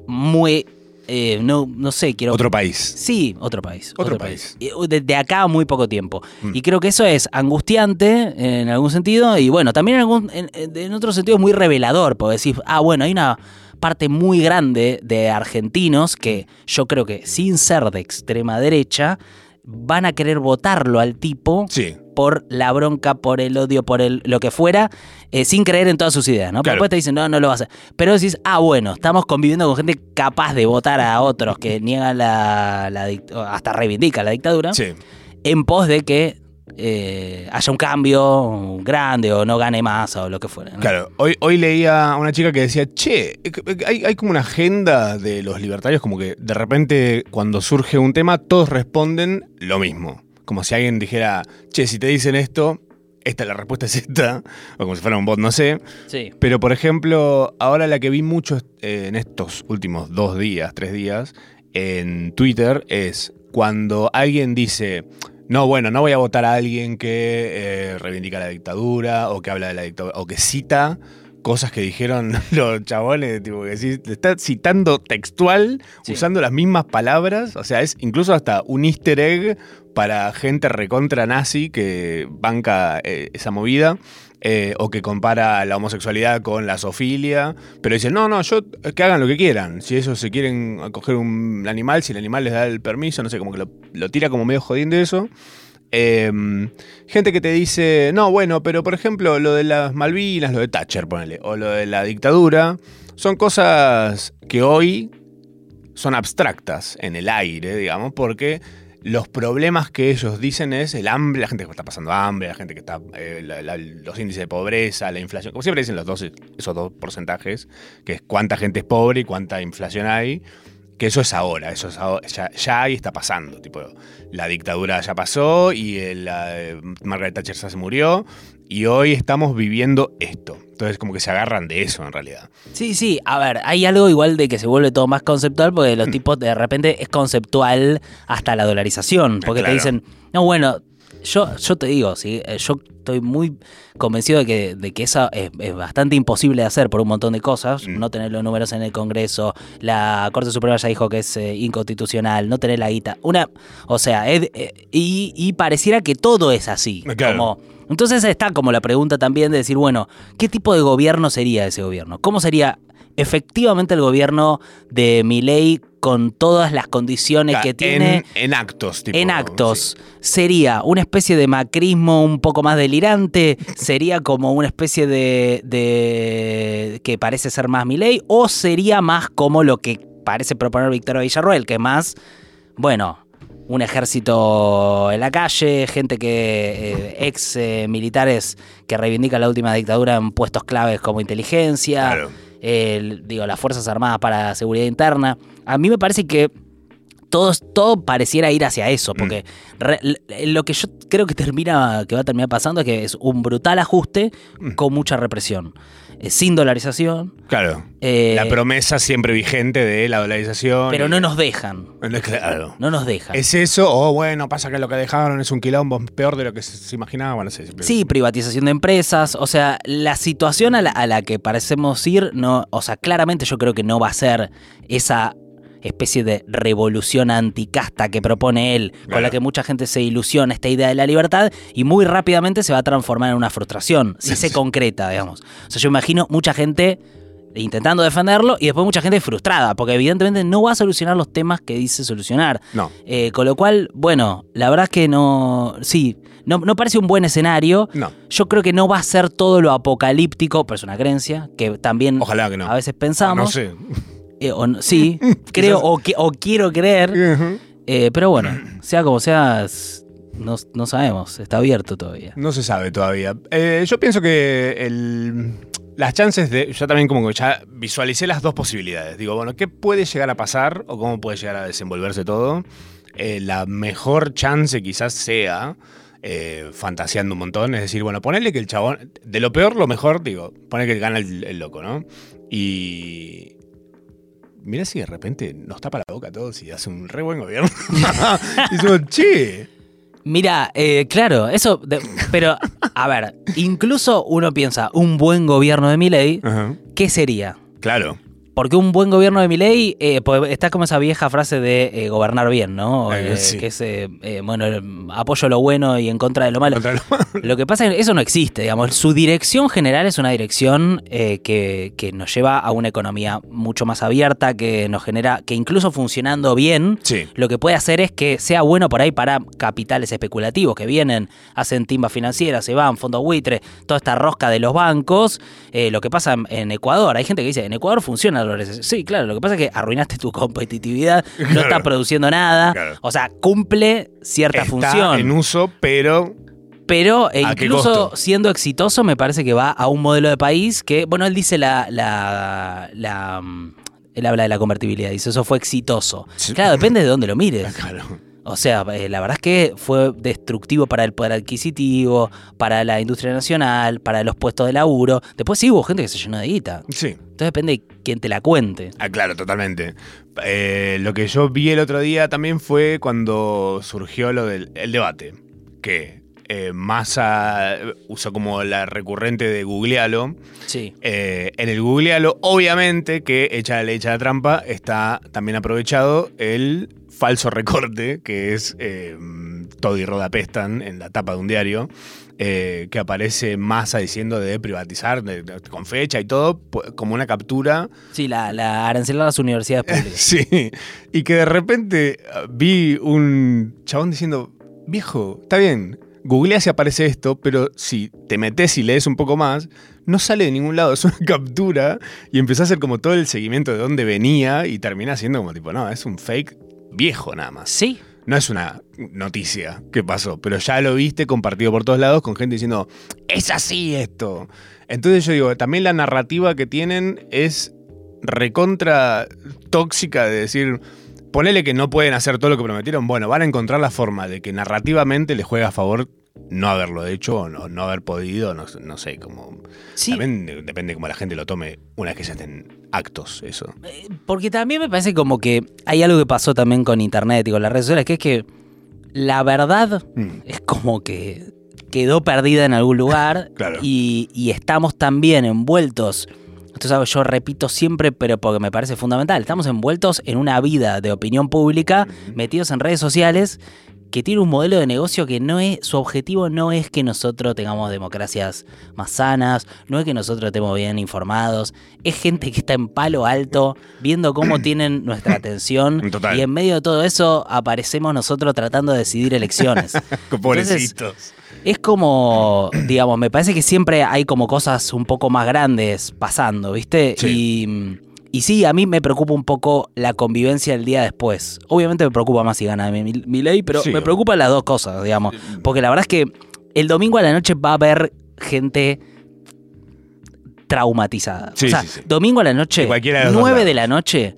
muy. eh, no, no sé, quiero. otro país. Sí, otro país. Otro país. Y, De, de acá a muy poco tiempo. Mm. Y creo que eso es angustiante eh, en algún sentido y bueno, también en, algún, en, en- en otro sentido es muy revelador, porque decís, ah, bueno, hay una parte muy grande de argentinos que yo creo que sin ser de extrema derecha van a querer votarlo al tipo Sí. por la bronca, por el odio, por el lo que fuera, eh, sin creer en todas sus ideas, ¿no? Porque Claro. Después te dicen, no, no lo vas a hacer. Pero decís, ah, bueno, estamos conviviendo con gente capaz de votar a otros que niegan la, la dic- o hasta reivindica la dictadura, Sí. en pos de que eh, haya un cambio grande o no gane más o lo que fuera. ¿no? Claro, hoy, hoy leía a una chica que decía, che, hay, hay como una agenda de los libertarios, como que de repente cuando surge un tema, todos responden lo mismo. Como si alguien dijera, che, si te dicen esto, esta la respuesta es esta, o como si fuera un bot, no sé. Sí. Pero por ejemplo, ahora la que vi mucho eh, en estos últimos dos días, tres días, en Twitter es cuando alguien dice, no, bueno, no voy a votar a alguien que eh, reivindica la dictadura o que habla de la dictadura o que cita cosas que dijeron los chabones, tipo que sí, te está citando textual, Sí. usando las mismas palabras, o sea, es incluso hasta un easter egg para gente recontra nazi que banca eh, esa movida. eh, o que compara la homosexualidad con la zoofilia, pero dice, no, no, yo eh, que hagan lo que quieran, si ellos se quieren acoger un animal, si el animal les da el permiso, no sé, como que lo, lo tira como medio jodiendo eso. Em, gente que te dice, no, bueno, pero por ejemplo, lo de las Malvinas, lo de Thatcher, ponele, o lo de la dictadura, son cosas que hoy son abstractas en el aire, digamos, porque los problemas que ellos dicen es el hambre, la gente que está pasando hambre, la gente que está, eh, la- la- los índices de pobreza, la inflación, como siempre dicen los dos, esos dos porcentajes, que es cuánta gente es pobre y cuánta inflación hay, que eso es ahora, eso es ahora, ya, ya ahí está pasando, tipo, la dictadura ya pasó y eh, la, eh, Margaret Thatcher ya se murió y hoy estamos viviendo esto. Entonces como que se agarran de eso en realidad. Sí, sí, a ver, hay algo igual de que se vuelve todo más conceptual porque Mm. los tipos de repente es conceptual hasta la dolarización, porque Ah, claro. te dicen, no, bueno, yo, yo te digo, sí, eh, yo estoy muy convencido de que, de que eso es, es bastante imposible de hacer por un montón de cosas, Mm. no tener los números en el Congreso, la Corte Suprema ya dijo que es eh, inconstitucional, no tener la guita, una, o sea, es- eh, y, y pareciera que todo es así, Claro. como entonces está como la pregunta también de decir, bueno, ¿qué tipo de gobierno sería ese gobierno? ¿Cómo sería efectivamente el gobierno de Milei con todas las condiciones Ca- que en- tiene? en, actos, tipo, En sí. actos, sería una especie de macrismo un poco más delirante, sería como una especie de, de- que parece ser más Milei, o sería más como lo que parece proponer Víctor Villarroel, que es más, bueno, un ejército en la calle, gente que, eh, ex eh, militares que reivindican la última dictadura en puestos claves como inteligencia, Claro. el- digo, las Fuerzas Armadas para Seguridad Interna. A mí me parece que todos, todo pareciera ir hacia eso, porque Mm. re- l- lo que yo creo que termina, que va a terminar pasando es que es un brutal ajuste Mm. con mucha represión, eh, sin dolarización, Claro. eh, la promesa siempre vigente de la dolarización. pero y- no nos dejan, Claro. no nos dejan. ¿Es eso? O bueno, pasa que lo que dejaron es un quilombo peor de lo que se- se imaginaba, no sé. siempre- Sí, privatización de empresas, o sea, la situación a la, a la que parecemos ir, no, o sea, claramente yo creo que no va a ser esa especie de revolución anticasta que propone él, con la Claro. que mucha gente se ilusiona esta idea de la libertad, y muy rápidamente se va a transformar en una frustración, si se concreta, digamos. O sea, yo imagino mucha gente intentando defenderlo y después mucha gente frustrada, porque evidentemente no va a solucionar los temas que dice solucionar. No. Eh, con lo cual, bueno, la verdad es que no. Sí, no, no parece un buen escenario. No. Yo creo que no va a ser todo lo apocalíptico, pero es una creencia que también Ojalá que no. Ah, a veces pensamos. No sé. Eh, o no- sí, creo o, que- o quiero creer. Ujú. eh, pero bueno, sea como sea, s- no, no sabemos, está abierto todavía. No se sabe todavía. Eh, yo pienso que el- las chances de. Yo también como que ya visualicé las dos posibilidades. Digo, bueno, ¿qué puede llegar a pasar o cómo puede llegar a desenvolverse todo? Eh, la mejor chance quizás sea. eh, fantaseando un montón, es decir, bueno, ponele que el chabón, de lo peor, lo mejor, digo, ponele que gana el, el loco, ¿no? Y, Mirá si de repente nos tapa la boca a todos y hace un re buen gobierno. y decimos, che, Mira, eh, claro, eso. de- pero, a ver, incluso uno piensa, un buen gobierno de Milei, ¿qué sería? claro. Porque un buen gobierno de Milei, eh, pues, está como esa vieja frase de eh, gobernar bien, ¿no? Eh, Eh, sí. Que es, eh, eh, bueno, el- apoyo lo bueno y en contra de lo malo. Contra lo- Lo que pasa es que eso no existe, digamos. Su dirección general es una dirección eh, que, que nos lleva a una economía mucho más abierta, que nos genera, que incluso funcionando bien, Sí, lo que puede hacer es que sea bueno por ahí para capitales especulativos que vienen, hacen timbas financieras, se van, fondos buitre, toda esta rosca de los bancos. Eh, lo que pasa en- en Ecuador, hay gente que dice, en Ecuador funciona la dolarización. Sí, claro, lo que pasa es que arruinaste tu competitividad, no Claro. está produciendo nada. Claro. O sea, cumple cierta está función. en uso, pero Pero e ¿A qué incluso costo? siendo exitoso, me parece que va a un modelo de país que, bueno, él dice la. la, la, mm, él habla de la convertibilidad, dice eso fue exitoso. Sí. Claro, depende de dónde lo mires. claro, O sea, eh, la verdad es que fue destructivo para el poder adquisitivo, para la industria nacional, para los puestos de laburo. Después sí hubo gente que se llenó de guita. sí, Entonces depende de quién te la cuente. ah, claro, totalmente. Eh, lo que yo vi el otro día también fue cuando surgió lo del el debate, que eh, Massa eh, usó como la recurrente de googlealo, Sí. Eh, en el googlealo, obviamente que hecha la hecha la trampa, está también aprovechado el falso recorte, que es eh, Toddy Roda Pestan en la tapa de un diario, eh, que aparece Massa diciendo de privatizar de- de- con fecha y todo, pu- como una captura. Sí, la, la arancelar a las universidades públicas. Sí. Y que de repente ah, vi un chabón diciendo, viejo, está bien. Googlea si aparece esto, pero si te metes y lees un poco más, no sale de ningún lado, es una captura y empezás a hacer como todo el seguimiento de dónde venía y termina siendo como tipo, no, es un fake viejo nada más. Sí. No es una noticia que pasó, pero ya lo viste compartido por todos lados con gente diciendo, es así esto. Entonces yo digo, también la narrativa que tienen es recontra tóxica de decir, ponele que no pueden hacer todo lo que prometieron, bueno, van a encontrar la forma de que narrativamente les juegue a favor no haberlo hecho o no, no haber podido, no, no sé, como... Sí. También de- depende cómo la gente lo tome una vez que ya estén actos, eso. Eh, Porque también me parece como que hay algo que pasó también con internet y con las redes sociales, que es que la verdad Mm. es como que quedó perdida en algún lugar Claro. y, y estamos también envueltos. Esto sabes, yo repito siempre, pero porque me parece fundamental. Estamos envueltos en una vida de opinión pública, Ujú. metidos en redes sociales, que tiene un modelo de negocio que no es, su objetivo no es que nosotros tengamos democracias más sanas, no es que nosotros estemos bien informados, es gente que está en palo alto, viendo cómo tienen nuestra atención. Total. Y en medio de todo eso aparecemos nosotros tratando de decidir elecciones. Pobrecitos. Es como, digamos, me parece que siempre hay como cosas un poco más grandes pasando, ¿viste? Y, y sí, a mí me preocupa un poco la convivencia el día después. Obviamente me preocupa más si gana mi, mi ley, pero Sí, me obvio. preocupan las dos cosas, digamos. Porque la verdad es que el domingo a la noche va a haber gente traumatizada. Sí, o sea, sí, sí. domingo a la noche, De cualquiera de los dos 9 de lados. la noche,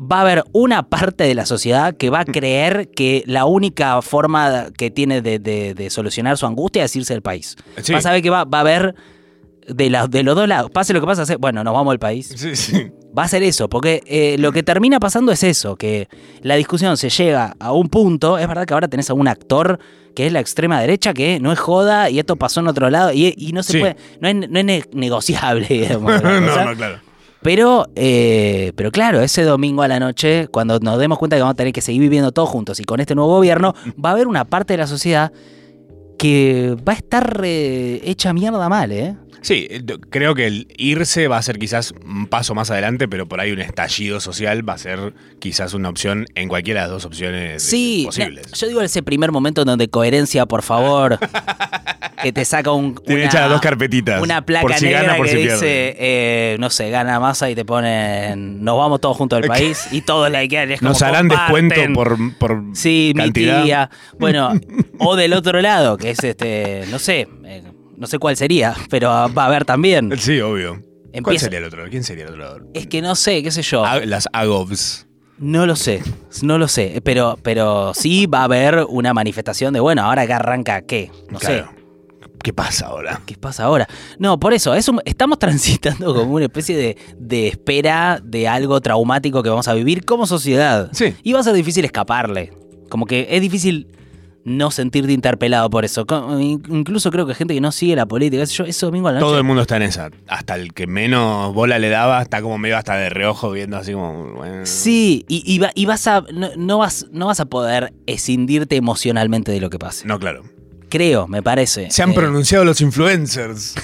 va a haber una parte de la sociedad que va a creer que la única forma que tiene de, de- de solucionar su angustia es irse del país. Sí. Vas a ver que va, va a haber de, la- de los dos lados. Pase lo que pase, se- bueno, nos vamos al país Sí, sí. va a ser eso, porque eh, lo que termina pasando es eso, que la discusión se llega a un punto, es verdad que ahora tenés a un actor que es la extrema derecha, que no es joda y esto pasó en otro lado y, y no se Sí. puede, no es, no es ne- negociable, digamos, la no, cosa. no, claro. Pero, eh, pero claro, ese domingo a la noche, cuando nos demos cuenta que vamos a tener que seguir viviendo todos juntos y con este nuevo gobierno, va a haber una parte de la sociedad que va a estar eh, hecha mierda mal, ¿eh? Sí, eh, yo creo que el irse va a ser quizás un paso más adelante, pero por ahí un estallido social va a ser quizás una opción en cualquiera de las dos opciones eh, Sí, posibles. no, yo digo ese primer momento donde coherencia, por favor, que te saca un, Tiene una, hechas las dos carpetitas. una placa por si negra gana, por que si pierde. dice, eh, no sé, gana masa y te ponen, nos vamos todos juntos del país y todos la Ikea es como, Nos harán descuento comparten. por, por Sí, cantidad. mi tía. Bueno, o del otro lado, que es este, no sé, eh, no sé cuál sería, pero ah, va a haber también. Sí, obvio. ¿Cuál Empieza- sería el otro? ¿Quién sería el otro? Es que no sé, qué sé yo. A- las AGOVs. No lo sé, no lo sé, pero, pero sí va a haber una manifestación de, bueno, ahora que arranca qué, no claro. sé. ¿Qué pasa ahora? ¿Qué pasa ahora? No, por eso, es un- estamos transitando como una especie de, de espera de algo traumático que vamos a vivir como sociedad. Sí. Y va a ser difícil escaparle. Como que es difícil no sentirte interpelado por eso. Co- in- Incluso creo que gente que no sigue la política, qué sé yo, eso domingo a la noche. Todo el mundo está en esa. Hasta el que menos bola le daba está como medio hasta de reojo viendo así como. bueno. Sí, y, y va- y vas a. No, no vas, no vas a poder escindirte emocionalmente de lo que pase. No, claro. Creo, me parece. Se han Eh, pronunciado los influencers.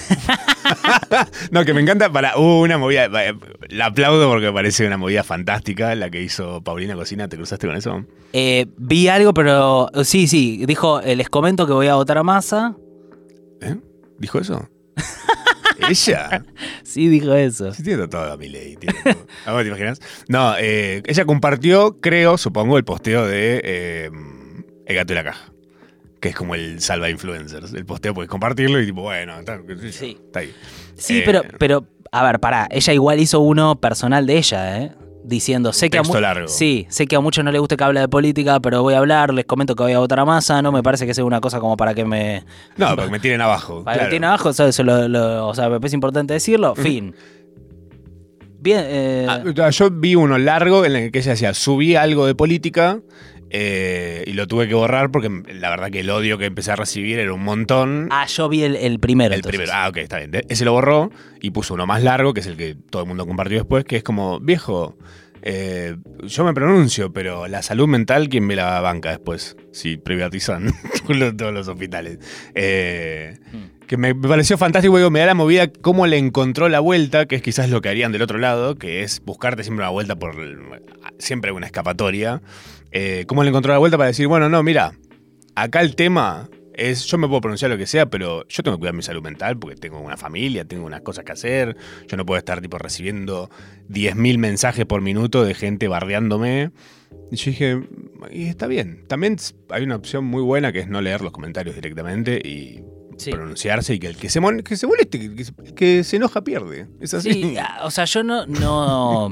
no, que me encanta para hubo una movida. eh, La aplaudo porque me parece una movida fantástica la que hizo Paulina Cocina. ¿Te cruzaste con eso? eh, vi algo, pero. Sí, sí. Dijo, eh, les comento que voy a votar a masa. ¿Eh? ¿Dijo eso? Ella. Sí, dijo eso. Sí, tiene tatuado a Milei. tiene todo. ¿A vos te imaginas? No, eh, ella compartió, creo, supongo, el posteo de eh, El gato y la caja. Que es como el salva influencers. El posteo puedes compartirlo y tipo, bueno, está, qué sé yo, Sí. está ahí. Sí, Eh, pero, pero, a ver, pará, ella igual hizo uno personal de ella, ¿eh? Diciendo, sé que, a texto mu- largo. sí, sé que a muchos no les gusta que hable de política, pero voy a hablar, les comento que voy a votar a masa, no me parece que sea una cosa como para que me... No, porque me tiren abajo. Para que claro. tiene abajo, eso, eso lo- lo- o sea, me parece importante decirlo, fin. Bien, eh, Ah, ah, yo vi uno largo en el que ella decía, subí algo de política eh, y lo tuve que borrar porque la verdad que el odio que empecé a recibir era un montón. ah, yo vi el, el primero. el entonces. primero. Ah, ok, está bien. De- Ese lo borró y puso uno más largo, que es el que todo el mundo compartió después, que es como, viejo, eh, yo me pronuncio, pero la salud mental, ¿quién me la banca después? Si privatizan todos los- todos los hospitales. Eh, que me me pareció fantástico, digo, me da la movida cómo le encontró la vuelta, que es quizás lo que harían del otro lado, que es buscarte siempre una vuelta por. el- siempre una escapatoria. Eh, cómo le encontró la vuelta para decir, bueno, no, mira, acá el tema es. Yo me puedo pronunciar lo que sea, pero yo tengo que cuidar mi salud mental porque tengo una familia, tengo unas cosas que hacer. Yo no puedo estar, tipo, recibiendo 10.000 mensajes por minuto de gente bardeándome. Y yo dije, y está bien. También hay una opción muy buena que es no leer los comentarios directamente y Sí. pronunciarse y que el que se, mon- que se moleste, que, que se- que se enoja pierde. Es así. Sí, ah, o sea, yo no, no.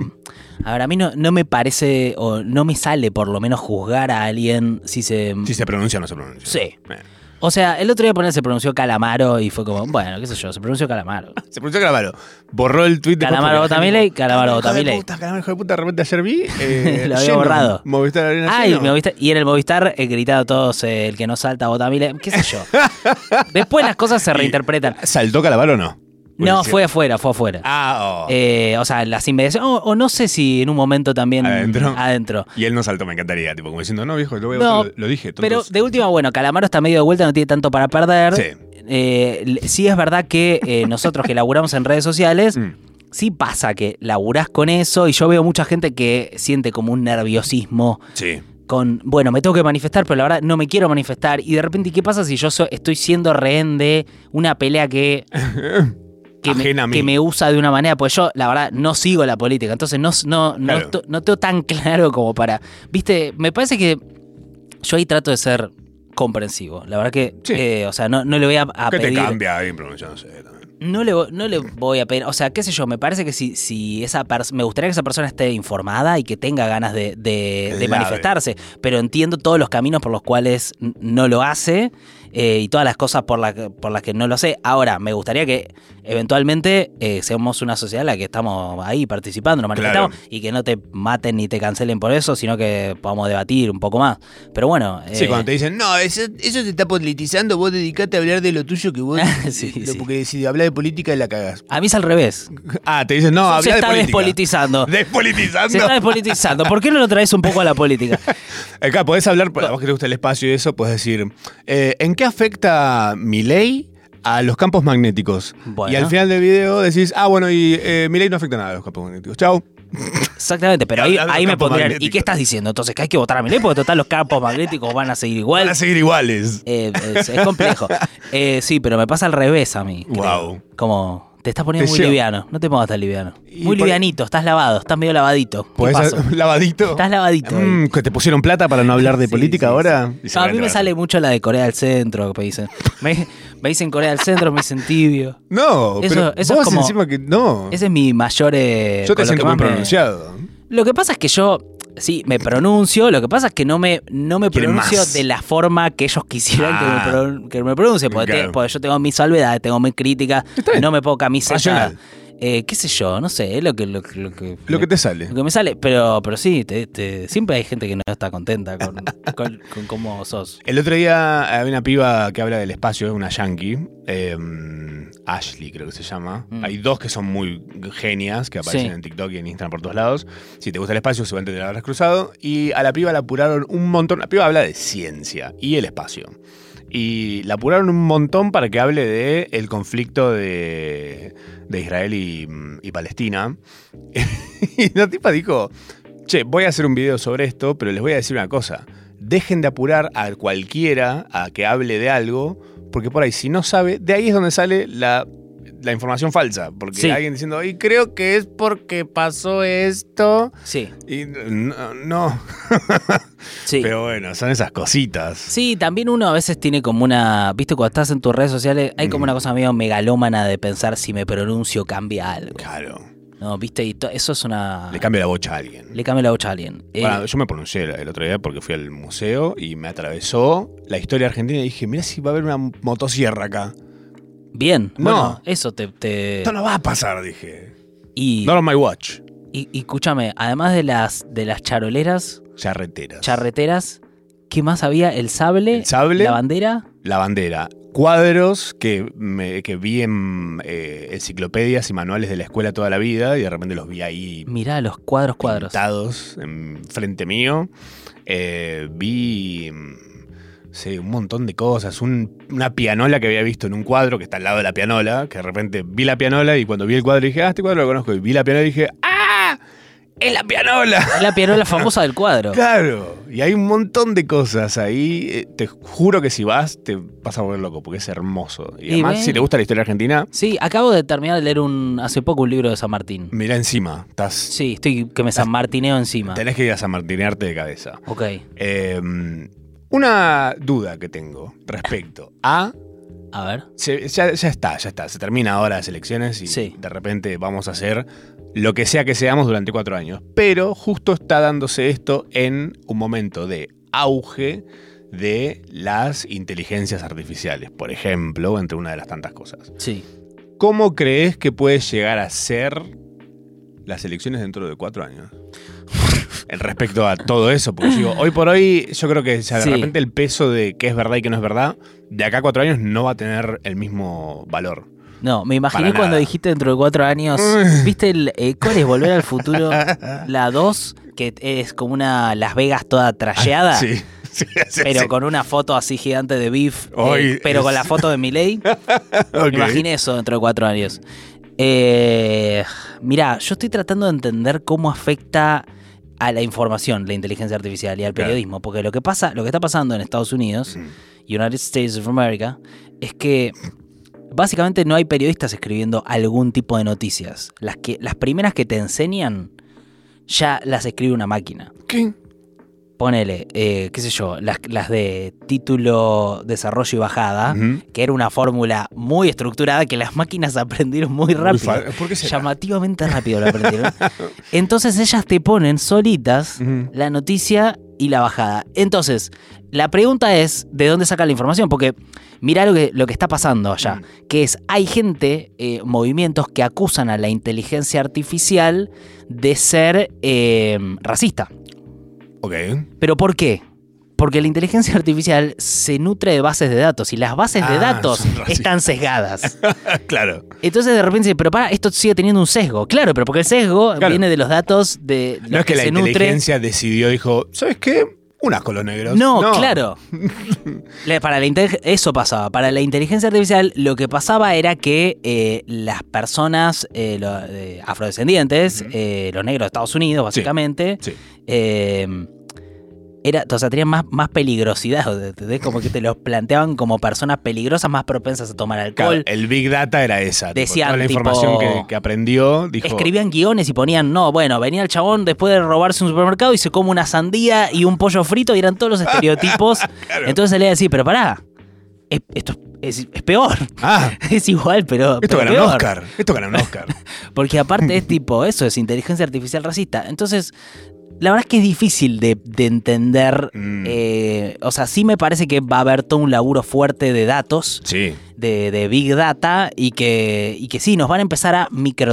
A ver, a mí no, no me parece, o no me sale por lo menos juzgar a alguien si se. Si se pronuncia o no se pronuncia. Sí. Eh. O sea, el otro día poner se pronunció Calamaro y fue como, bueno, qué sé yo, se pronunció Calamaro. Se pronuncia Calamaro. Borró el tweet de Calamaro vota Milei, Calamaro vota Milei. Puta, Calamaro hijo de puta, de repente ayer vi. eh, Lo había lleno, borrado. Movistar Arena Ay, lleno. me Movistar- y en el Movistar he gritado todos, eh, el que no salta vota mil, qué sé yo. Después las cosas se reinterpretan. ¿Saltó Calamaro o no? No, Porque- fue afuera, fue afuera. Ah, oh. Eh, o sea, las inmediaciones, o, o no sé si en un momento también Adentro. adentro. Y él no saltó, me encantaría. Tipo, como diciendo, no, viejo, lo, voy a No, votar, lo, lo dije. Pero tontos. de última, bueno, Calamaro está medio de vuelta, no tiene tanto para perder. Sí. Eh, l- sí es verdad que eh, nosotros que laburamos en redes sociales, Mm. sí pasa que laburás con eso y yo veo mucha gente que siente como un nerviosismo Sí. con, bueno, me tengo que manifestar, pero la verdad no me quiero manifestar. Y de repente, ¿qué pasa si yo so- estoy siendo rehén de una pelea que... Que me, Ajena a mí. que me usa de una manera, pues yo la verdad no sigo la política, entonces no, no, no, Claro. to- no tengo tan claro como para... Viste, me parece que yo ahí trato de ser comprensivo, la verdad que, Sí. eh, o sea, no, no le voy a, a ¿Qué te pedir... cambia alguien pronunciándose también? No le, vo- no le voy a pedir, o sea, qué sé yo, me parece que si, si esa persona, me gustaría que esa persona esté informada y que tenga ganas de, de- de Clave. manifestarse, pero entiendo todos los caminos por los cuales n- no lo hace eh, y todas las cosas por, la- por las que no lo sé. Ahora, me gustaría que eventualmente eh, seamos una sociedad en la que estamos ahí participando, nos manifestamos y que no te maten ni te cancelen por eso, sino que podamos debatir un poco más. Pero bueno. Sí, eh, cuando te dicen, no, eso, eso se está politizando, vos dedicate a hablar de lo tuyo que vos. Sí, lo- sí. Porque si hablas de política la cagás. A mí es al revés. Ah, te dicen, no, Se habla de está política. despolitizando. Despolitizando. Se está despolitizando. ¿Por qué no lo traes un poco a la política? Acá Eh, podés hablar, a vos que te gusta el espacio y eso, podés decir, eh, ¿en qué afecta mi ley a los campos magnéticos? Bueno. Y al final del video decís, ah, bueno, y eh, mi ley no afecta nada a los campos magnéticos. Chau. Exactamente, pero ahí, Hablando de ahí me campos pondrían. ¿Y magnéticos". qué estás diciendo? Entonces, que hay que votar a Milei porque total los campos magnéticos van a seguir igual. Van a seguir iguales. Eh, es, es complejo. Eh, sí, pero me pasa al revés a mí. creo. Guau. Como, te estás poniendo Te muy llevo. liviano. No te pongas tan liviano. Y muy por- livianito, estás lavado, estás medio lavadito. ¿Qué Podés pasó? hacer- lavadito. Estás lavadito. ahí. Mm, que te pusieron plata para no hablar de Sí, política sí, ahora. sí. No, a mí me sale mucho la de Corea del Centro, que me dicen. Me, me dicen Corea del Centro, me dicen tibio. No, Eso- pero eso es vos como- encima que no. Ese es mi mayor. eh, Ah. Yo con te lo siento que muy más me- eh, pronunciado. Lo que pasa es que yo, sí, me pronuncio, lo que pasa es que no me, no me Este Quieren pronuncio más. de la forma que ellos quisieran Ah. que, me pron- que me pronuncie, porque, te- Claro. porque yo tengo mis salvedades, tengo mis críticas, Está bien. no me puedo camiseta. Racional. Eh, qué sé yo, no sé, es lo que, lo, que- lo que, Lo que te sale. lo que me sale, pero, pero sí, te- te- siempre hay gente que no está contenta con, con- con cómo sos. El otro día había una piba que habla del espacio, una yankee, eh, Ashley creo que se llama. Mm. Hay dos que son muy genias, que aparecen Sí. en TikTok y en Instagram por todos lados. Si te gusta el espacio, seguramente te la habrás cruzado. Y a la piba la apuraron un montón. La piba habla de ciencia y el espacio. Y la apuraron un montón para que hable de el conflicto de, de Israel y, y Palestina. y la tipa dijo, che, voy a hacer un video sobre esto, pero les voy a decir una cosa. Dejen de apurar a cualquiera a que hable de algo, porque por ahí si no sabe, de ahí es donde sale la, la información falsa. Porque Sí. alguien diciendo, y creo que es porque pasó esto. Sí, Y no, no. sí. pero bueno, son esas cositas. Sí, también uno a veces tiene como una. Viste, cuando estás en tus redes sociales, hay como Mm. una cosa medio megalómana de pensar si me pronuncio cambia algo. Claro, No, viste, y to- eso es una. le cambia la bocha a alguien. Le cambia la bocha a alguien. Eh, Bueno, yo me pronuncié el el otro día porque fui al museo y me atravesó la historia argentina y dije, mira si va a haber una motosierra acá. bien. no. Bueno, eso te. te- Esto no va a pasar, dije. Y, Not on my watch. y- y escúchame, además de las, de las charoleras, Charreteras. charreteras, ¿qué más había? El sable, El sable. la bandera. la bandera. Cuadros que, me- que vi en eh, enciclopedias y manuales de la escuela toda la vida y de repente los vi ahí Mirá, los cuadros, cuadros. pintados en frente mío. Eh, vi mm, sí, un montón de cosas. Un- una pianola que había visto en un cuadro que está al lado de la pianola, que de repente vi la pianola y cuando vi el cuadro dije, ah, este cuadro lo conozco. Y vi la pianola y dije, ¡ah! ¡Es la pianola! Es la pianola famosa del cuadro. Claro, y hay un montón de cosas ahí. Eh, Te juro que si vas, te vas a volver loco, porque es hermoso. Y Y además, bueno. si te gusta la historia argentina, Sí, acabo de terminar de leer un, hace poco un libro de San Martín. mira encima. Estás, Sí, estoy que me San Martineo encima. tenés que ir a San Martinearte de cabeza. Ok. Eh, una duda que tengo respecto a. A ver. se- ya, ya está, ya está. Se termina ahora las elecciones y Sí. de repente vamos a hacer lo que sea que seamos durante cuatro años. Pero justo está dándose esto en un momento de auge de las inteligencias artificiales, por ejemplo, entre una de las tantas cosas. Sí. ¿Cómo crees que puede llegar a ser las elecciones dentro de cuatro años? En respecto a todo eso, porque yo digo, hoy por hoy yo creo que ya de Sí. repente el peso de qué es verdad y qué no es verdad, de acá a cuatro años no va a tener el mismo valor. No, me imaginé Para cuando nada. dijiste dentro de cuatro años. ¿Viste el, eh, cuál es Volver al Futuro? La 2, que es como una Las Vegas toda Ah, trasheada. Sí, sí, sí, Pero sí. con una foto así gigante de Beef, eh, Hoy pero con es- la foto de Miley. Ok. Me imaginé eso dentro de cuatro años. Eh, mirá, yo estoy tratando de entender cómo afecta a la información, la inteligencia artificial y al Claro. periodismo. Porque lo que pasa, lo que está pasando en Estados Unidos, Mm. United States of America, es que básicamente no hay periodistas escribiendo algún tipo de noticias. Las, que, las primeras que te enseñan ya las escribe una máquina. ¿Qué? Ponele, eh, qué sé yo, las, las de título, desarrollo y bajada, Ujú. que era una fórmula muy estructurada que las máquinas aprendieron muy rápido. Uy, fa- ¿Por qué será? llamativamente rápido la aprendieron. Entonces ellas te ponen solitas Ujú. la noticia y la bajada. Entonces, La pregunta es, ¿de dónde saca la información? Porque mirá lo que, lo que está pasando allá, Mm. que es, hay gente, eh, movimientos que acusan a la inteligencia artificial de ser eh, racista. Ok. ¿Pero por qué? Porque la inteligencia artificial se nutre de bases de datos y las bases de Ah, datos son racistas. están sesgadas. claro. Entonces de repente dice, pero para, esto sigue teniendo un sesgo. Claro, pero porque el sesgo Claro. viene de los datos de los No es que, la se nutre. inteligencia decidió, dijo, ¿sabes qué? Unas con los negros. No, claro. La- para la inte- eso pasaba. Para la inteligencia artificial lo que pasaba era que eh, las personas eh, lo- eh, afrodescendientes, Ujú. eh, los negros de Estados Unidos básicamente, Sí. eh, era, o sea, tenían más, más peligrosidad. ¿entendés? Como que te los planteaban como personas peligrosas, más propensas a tomar Claro, alcohol. el Big Data era esa. tipo, Decían, toda la tipo, información que, que aprendió, dijo. Escribían guiones y ponían, no, bueno, venía el chabón después de robarse un supermercado y se come una sandía y un pollo frito y eran todos los estereotipos. Claro. Entonces le iba a decir, pero pará, es- esto es, es peor. ah, Es igual, pero. esto pero gana un peor. Oscar. Esto gana un Oscar. Porque aparte es tipo, eso es inteligencia artificial racista. Entonces, la verdad es que es difícil de, de entender. Mm. eh, o sea, sí me parece que va a haber todo un laburo fuerte de datos, sí. de, de big data, y que, y que sí, nos van a empezar a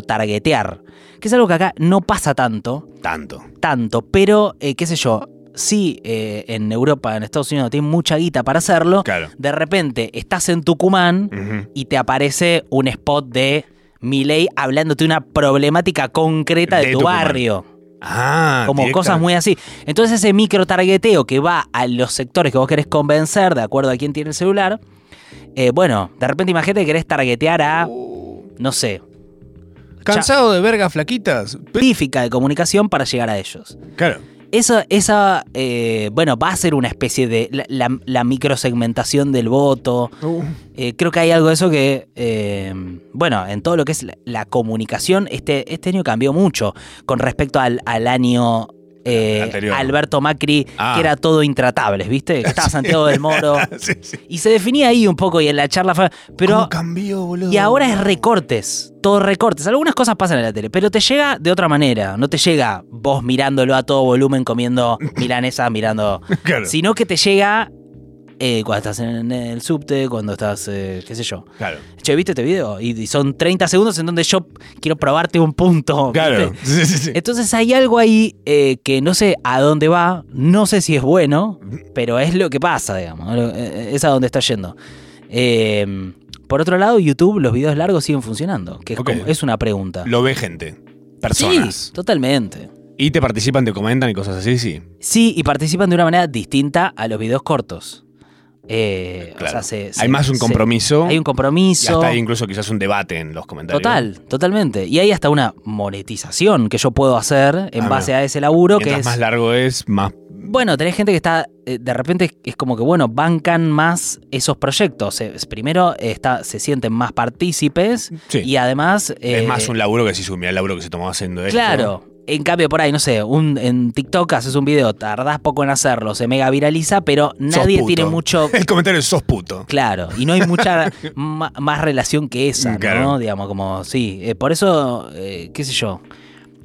microtargetear. Que es algo que acá no pasa tanto Tanto. tanto, pero eh, qué sé yo, sí eh, en Europa, en Estados Unidos, tienen mucha guita para hacerlo. Claro. De repente estás en Tucumán Ujú. y te aparece un spot de Miley hablándote una problemática concreta de, De tu Tucumán. barrio. Ah, como directa. cosas muy así. Entonces ese micro targeteo que va a los sectores que vos querés convencer de acuerdo a quién tiene el celular, eh, bueno, de repente imagínate que querés targetear a, Uh, no sé, Cansado de vergas flaquitas. Pe- tífica de comunicación para llegar a ellos. Claro. Eso, esa, eh, bueno, va a ser una especie de la, la- la microsegmentación del voto. Uh, Eh, creo que hay algo de eso que, eh, bueno, en todo lo que es la, la comunicación, este, este año cambió mucho con respecto al, al año eh, Anterior. Alberto Macri, Ah. que era todo intratables, ¿viste? Que Estaba Santiago del Moro. sí, sí. Y se definía ahí un poco y en la charla fue... Pero ¿Cómo cambió, boludo? y ahora es recortes, todo recortes. Algunas cosas pasan en la tele, pero te llega de otra manera. No te llega vos mirándolo a todo volumen, comiendo milanesa, mirando. Claro. Sino que te llega eh, cuando estás en el subte, cuando estás, eh, qué sé yo. Claro. Che, ¿viste este video? Y, y son 30 segundos en donde yo quiero probarte un punto. ¿viste? Claro. Sí, sí, sí. Entonces hay algo ahí eh, que no sé a dónde va, no sé si es bueno, pero es lo que pasa, digamos, lo- eh, es a donde está yendo. Eh, por otro lado, YouTube, los videos largos siguen funcionando, que es, Ok. como- es una pregunta. Lo ve gente. Sí, Personas. totalmente. Y te participan, te comentan y cosas así, sí. Sí, y participan de una manera distinta a los videos cortos. Eh, o Claro. sea, se- se- hay más un se- compromiso. hay un y compromiso. hasta hay incluso quizás un debate en los comentarios. Total, totalmente. Y hay hasta una monetización que yo puedo hacer en Ah, base mira. a ese laburo Mientras que es. más largo es, más. Bueno, tenés gente que está, eh, de repente es como que, bueno, bancan más esos proyectos. Eh, primero eh, está, se sienten más partícipes Sí. y además... eh, es más un laburo que si sumía el laburo que se tomaba haciendo esto. Claro. En cambio, por ahí, no sé, un, en TikTok haces un video, tardás poco en hacerlo, se mega viraliza, pero nadie puto. tiene mucho... El comentario es sos puto. Claro, y no hay mucha ma- más relación que esa, ¿no? Claro. Digamos, como, sí. eh, por eso, eh, qué sé yo,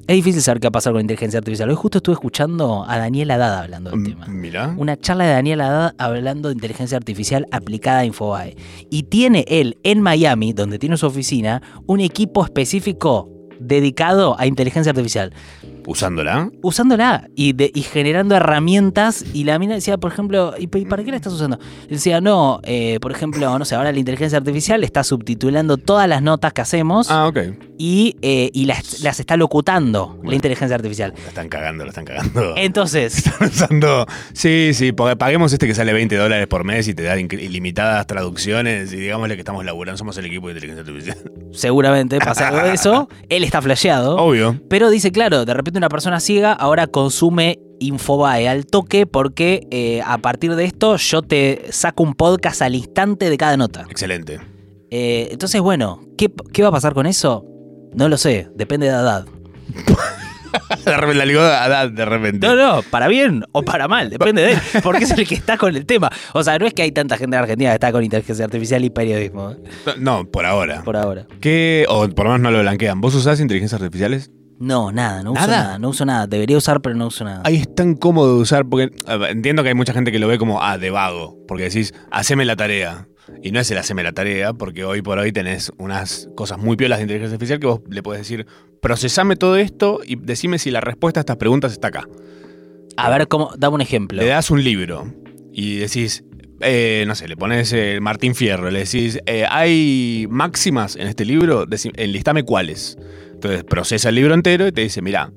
es difícil saber qué va a pasar con la inteligencia artificial. Hoy justo estuve escuchando a Daniela Dada hablando del tema. Mm, Mirá. Una charla de Daniel Haddad hablando de inteligencia artificial aplicada a Infobae. Y tiene él en Miami, donde tiene su oficina, un equipo específico dedicado a inteligencia artificial, Usándola. usándola y, de- y generando herramientas. Y la mina decía, por ejemplo, ¿y pa- y para qué la estás usando? Decía, no, eh, por ejemplo, no sé, ahora la inteligencia artificial está subtitulando todas las notas que hacemos Ah, ok. y, eh, y las, las está locutando la inteligencia artificial. La están cagando, la están cagando. Eh. Entonces, Están usando. Sí, sí, pa- paguemos este que sale 20 dólares por mes y te da inc- ilimitadas traducciones y digámosle que estamos laburando. Somos el equipo de inteligencia artificial. seguramente pasa algo de eso. Él está flasheado. Obvio. Pero dice, claro, de repente una persona ciega ahora consume Infobae al toque porque eh, a partir de esto yo te saco un podcast al instante de cada nota. Excelente. Eh, entonces, bueno, ¿qué, qué va a pasar con eso? No lo sé, depende de la edad. De repente, la ligó a Dad de repente. No, no, para bien o para mal, depende de él, porque es el que está con el tema. O sea, no es que hay tanta gente en Argentina que está con inteligencia artificial y periodismo, eh, No, por ahora. por ahora. ¿Qué? O por lo menos no lo blanquean. ¿Vos usás inteligencias artificiales? No, nada, no uso ¿Nada? ¿Nada? No uso nada. Debería usar, pero no uso nada. Ahí es tan cómodo de usar, porque a ver, entiendo que hay mucha gente que lo ve como, ah, de vago, porque decís, haceme la tarea. Y no es el haceme la tarea, porque hoy por hoy tenés unas cosas muy piolas de inteligencia artificial que vos le podés decir, procesame todo esto y decime si la respuesta a estas preguntas está acá. A ver cómo. Dame un ejemplo. Le das un libro y decís, eh, no sé, le pones eh, Martín Fierro, le decís, eh, hay máximas en este libro, Deci- enlistame cuáles. Entonces procesa el libro entero y te dice, mira,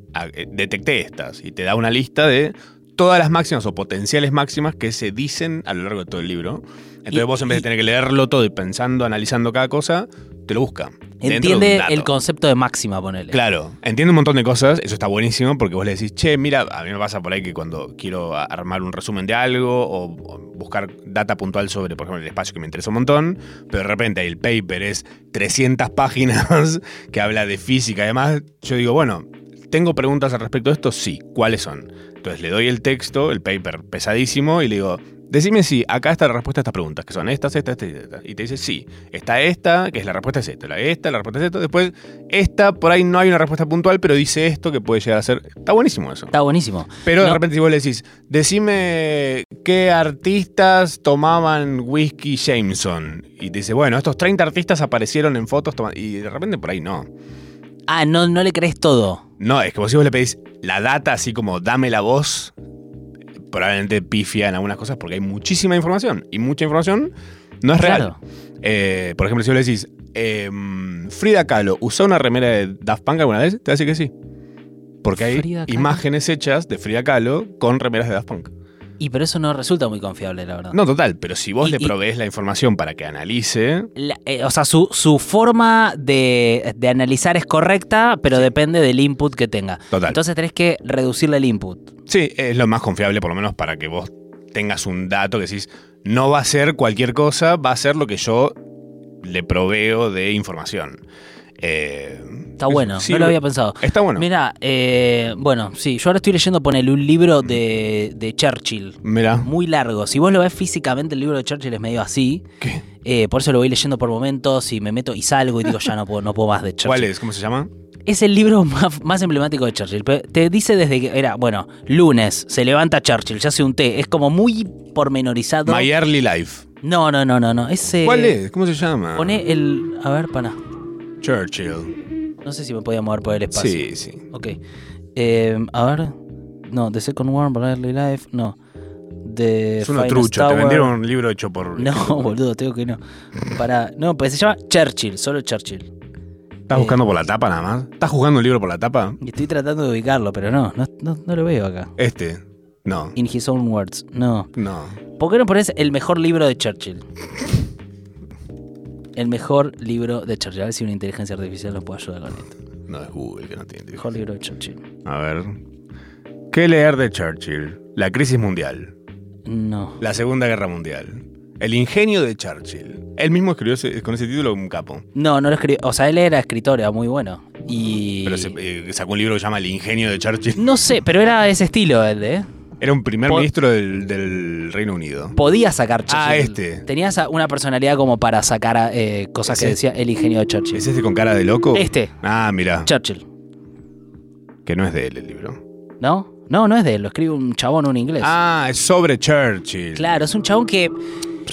detecté estas. Y te da una lista de todas las máximas o potenciales máximas que se dicen a lo largo de todo el libro. Entonces Y- vos en vez de y- tener que leerlo todo y pensando, analizando cada cosa, te lo busca. dentro de un Entiende dato. el concepto de máxima, ponele. Claro, entiendo un montón de cosas, eso está buenísimo porque vos le decís, che, mira, a mí me pasa por ahí que cuando quiero a- armar un resumen de algo o, o buscar data puntual sobre, por ejemplo, el espacio que me interesa un montón, pero de repente ahí el paper es 300 páginas que habla de física y demás, yo digo, bueno, ¿tengo preguntas al respecto de esto? Sí, ¿cuáles son? Entonces le doy el texto, el paper pesadísimo y le digo... Decime si acá está la respuesta a estas preguntas, que son estas, estas, estas, y estas. Y te dice, sí, está esta, que es la respuesta es esta, la esta, la respuesta es esta. Después esta, por ahí no hay una respuesta puntual, pero dice esto que puede llegar a ser. Está buenísimo eso. Está buenísimo. Pero de No. repente, si vos le decís, decime qué artistas tomaban whisky Jameson. Y te dice, bueno, estos 30 artistas aparecieron en fotos toma- Y de repente por ahí no. Ah, no, no le crees todo. No, es que vos si vos le pedís la data, así como dame la voz, probablemente pifia en algunas cosas porque hay muchísima información. Y mucha información no es real. Claro. Eh, por ejemplo, si vos le decís, em, Frida Kahlo, ¿usó una remera de Daft Punk alguna vez? Te va a decir que sí. Porque hay Frida Kahlo. imágenes hechas de Frida Kahlo con remeras de Daft Punk. Y pero eso no resulta muy confiable, la verdad. No, total, pero si vos Y- le y- provees la información para que analice, La- eh, o sea, su, su forma de, de analizar es correcta, pero depende del input que tenga. total. Entonces tenés que reducirle el input. sí, es lo más confiable por lo menos para que vos tengas un dato que decís, no va a ser cualquier cosa, va a ser lo que yo le proveo de información. Eh, Está bueno, sí, no lo había pensado. Está bueno. Mira, eh, bueno, sí, yo ahora estoy leyendo, ponele un libro de, de Churchill, Mira, muy largo. Si vos lo ves físicamente, el libro de Churchill es medio así. ¿qué? eh, por eso lo voy leyendo por momentos y me meto y salgo y digo, ya no puedo, no puedo más de Churchill. ¿Cuál es? ¿Cómo se llama? Es el libro más, más emblemático de Churchill. Pe- Te dice desde que era, bueno, lunes, se levanta Churchill, se hace un té. Es como muy pormenorizado. My Early Life. No, no, no, no, no. Ese, ¿Cuál es? ¿Cómo se llama? Eh, Pone el. A ver, para. Churchill. No sé si me podía mover por el espacio. Sí, sí. Ok. Eh, a ver. No, The Second War, Early Life. No. The Es una Finest trucha. Te Hour. vendieron un libro hecho por. No, boludo, tengo que no. Para. No, pues se llama Churchill, solo Churchill. ¿Estás buscando por la tapa nada más? ¿Estás jugando un libro por la tapa? Y estoy tratando de ubicarlo, pero no, no, no, no lo veo acá. Este. No. In his own words. No. No. ¿Por qué no pones el mejor libro de Churchill? El mejor libro de Churchill. A ver si una inteligencia artificial nos puede ayudar con esto. No es Google que no tiene. Mejor libro de Churchill. A ver. ¿Qué leer de Churchill? La crisis mundial. No. La segunda guerra mundial. El ingenio de Churchill. Él mismo escribió ese- con ese título un capo. No, no lo escribió. O sea, él era escritor, era muy bueno. Y. Pero se- eh, sacó un libro que se llama El ingenio de Churchill. No sé, pero era ese estilo él, ¿eh? Era un primer Po- ministro del, del Reino Unido. Podía sacar Churchill. Ah, este. Tenía esa- una personalidad como para sacar eh, cosas que Ese. decía el ingenio de Churchill. ¿Es este con cara de loco? Este. Ah, mira. Churchill. Que no es de él el libro. ¿No? No, no es de él. Lo escribe un chabón, un inglés. Ah, es sobre Churchill. Claro, es un chabón que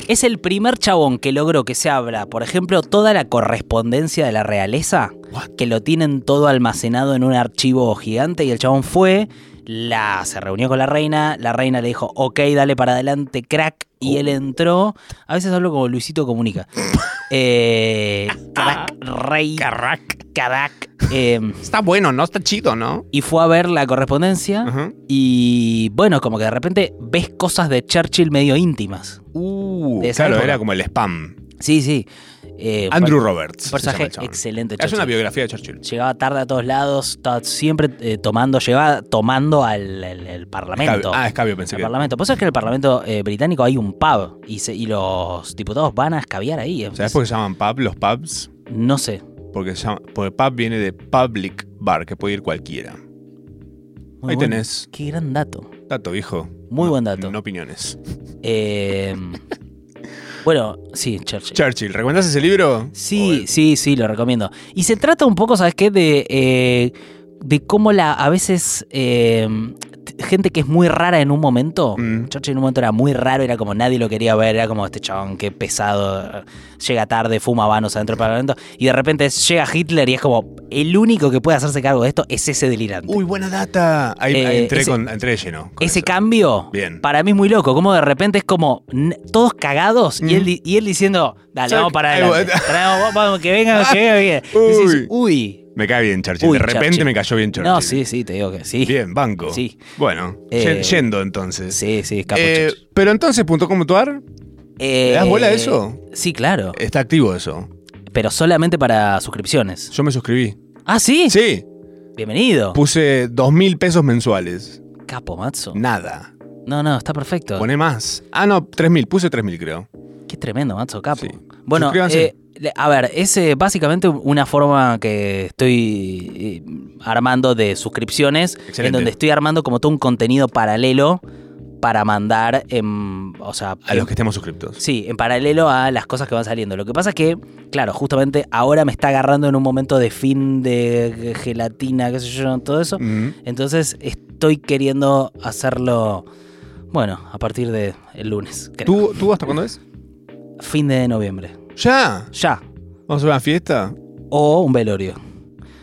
es el primer chabón que logró que se abra, por ejemplo, toda la correspondencia de la realeza, What? que lo tienen todo almacenado en un archivo gigante y el chabón fue, la se reunió con la reina, la reina le dijo, ok, dale para adelante, crack, y Oh. él entró. A veces hablo como Luisito Comunica. Eh, crack, rey, Carac. crack. eh, Está bueno, ¿no? Está chido, ¿no? y fue a ver la correspondencia Ajá. y bueno, como que de repente ves cosas de Churchill medio íntimas. Uh, De esa claro, época. era como el spam. Sí, sí. Eh, Andrew per- Roberts. se llama Personaje el chabón. excelente. Es una Churchill. biografía de Churchill. Llegaba tarde a todos lados, estaba siempre eh, tomando, llegaba tomando al, al- al Escabio. Parlamento. Ah, escabio, pensé al que. Parlamento. Pues es que en el Parlamento eh, británico hay un pub y, se- y los diputados van a escabiar ahí. eh. ¿Sabes por qué se llaman pub los pubs? No sé. Porque, se llama- porque pub viene de public bar, que puede ir cualquiera. Muy Ahí bueno. tenés. Qué gran dato. Dato, viejo. Muy No- buen dato. No opiniones. Eh, bueno, sí, Churchill. Churchill, ¿recomendás ese libro? Sí, sí, sí, lo recomiendo. Y se trata un poco, ¿sabes qué? De, eh, de cómo la, a veces eh, gente que es muy rara en un momento, Mm. Churchill en un momento era muy raro, era como nadie lo quería ver, era como este chabón, qué pesado, llega tarde, fuma vanos adentro del parlamento, y de repente es- llega Hitler y es como, el único que puede hacerse cargo de esto es ese delirante. Uy, buena data. Ahí, ahí Eh, entré, ese- con, entré de lleno. con Ese eso. cambio, Bien. para mí es muy loco. Como de repente es como n- todos cagados y, Mm. él, di- y él diciendo, dale, Sac- vamos para Ahí adelante. va. Traemos, vamos, vamos, que venga, que venga bien. Y decís, uy. Me cae bien Churchill. Uy, de repente Churchill. me cayó bien Churchill. No, sí, sí, te digo que sí. Bien, banco. Sí. Bueno, yen- Eh, yendo entonces. Sí, sí, capo Eh, Churchill. pero entonces, punto como tuar, Eh, ¿le das bola a eso? Sí, claro. está activo eso. Pero solamente para suscripciones. Yo me suscribí. Ah, sí. Sí, Bienvenido. puse dos mil pesos mensuales. Capo, Matzo. Nada. No, no, está perfecto. Pone más. Ah, no, tres mil. Puse tres mil, creo. Qué tremendo, Matzo, capo. Sí. Bueno, Suscríbanse. eh, le- a ver, es eh, básicamente una forma que estoy eh, armando de suscripciones, Excelente. en donde estoy armando como todo un contenido paralelo para mandar, em, o sea, A em, los que estemos suscriptos. Sí, en paralelo a las cosas que van saliendo. Lo que pasa es que, claro, justamente ahora me está agarrando en un momento de fin de gelatina, qué sé yo, todo eso. Ujú. Entonces estoy queriendo hacerlo, bueno, a partir de el lunes, creo. ¿Tú, ¿Tú hasta cuándo es? Fin de noviembre. ¡Ya! Ya. ¿Vamos a una fiesta? O un velorio.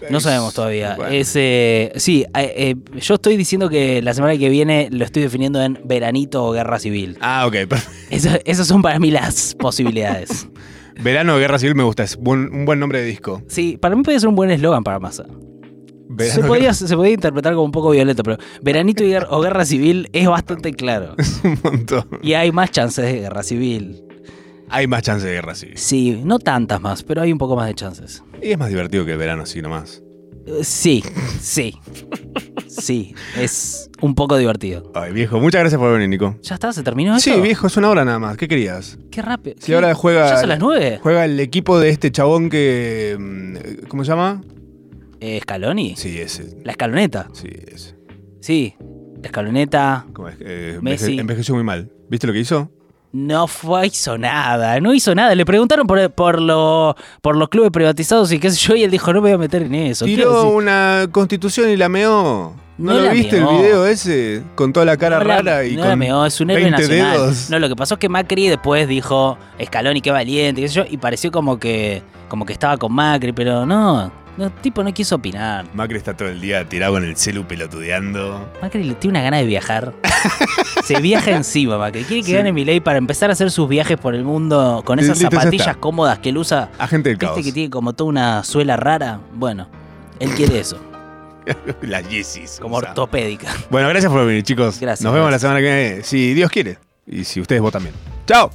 No sabemos todavía. Bueno. Es, eh, sí, eh, eh, yo estoy diciendo que la semana que viene lo estoy definiendo en veranito o guerra civil. Ah, ok, perfecto. Eso- esas son para mí las posibilidades. Verano Guerra Civil me gusta, es buen- un buen nombre de disco. Sí, para mí podría ser un buen eslogan para Massa. Se Verano podía, se podía interpretar como un poco violento, pero veranito y guer- o guerra civil es bastante claro. Guerra- un montón. Y hay más chances de guerra civil. Hay más chance de Guerra Civil. Sí, no tantas más, pero hay un poco más de chances. Y es más divertido que el verano, así nomás. Eh, Sí, sí. Sí, es un poco divertido. Ay, viejo, muchas gracias por venir, Nico. ¿Ya está? ¿Se terminó esto? Sí, viejo, es una hora nada más. ¿Qué querías? Qué rápido. Sí, ahora juega- ¿Ya son las nueve? Juega el equipo de este chabón que. mm, ¿Cómo se llama? Eh, ¿Scaloni? Sí, ese. La escaloneta. Sí, ese. Sí. La escaloneta ¿Cómo es? Eh, enveje- Messi. Envejeció muy mal. ¿Viste lo que hizo? no fue, hizo nada. No hizo nada. Le preguntaron por, por, lo, por los clubes privatizados y qué sé yo. Y él dijo, no me voy a meter en eso. ¿Qué Tiró decís? una constitución y la meó. ¿No, No lo la viste meó. el video ese? Con toda la cara No la- rara y no la con meó, es un héroe 20 nacional. dedos. No, lo que pasó es que Macri después dijo Scaloni qué valiente, qué sé yo, y pareció como que como que estaba con Macri, pero no, no tipo no quiso opinar. Macri está todo el día tirado en el celu pelotudeando. Macri le tiene una gana de viajar. Se viaja encima, Macri. Quiere que Sí. gane Milei para empezar a hacer sus viajes por el mundo con esas Listo, ya zapatillas está. cómodas que él usa. Agente del ¿Viste caos. que tiene como toda una suela rara? Bueno, él quiere eso, Las Yeezys. como o sea. ortopédica. Bueno, gracias por venir, chicos. Gracias, Nos vemos gracias. la semana que viene, si Dios quiere. Y si ustedes vos también. ¡Chao!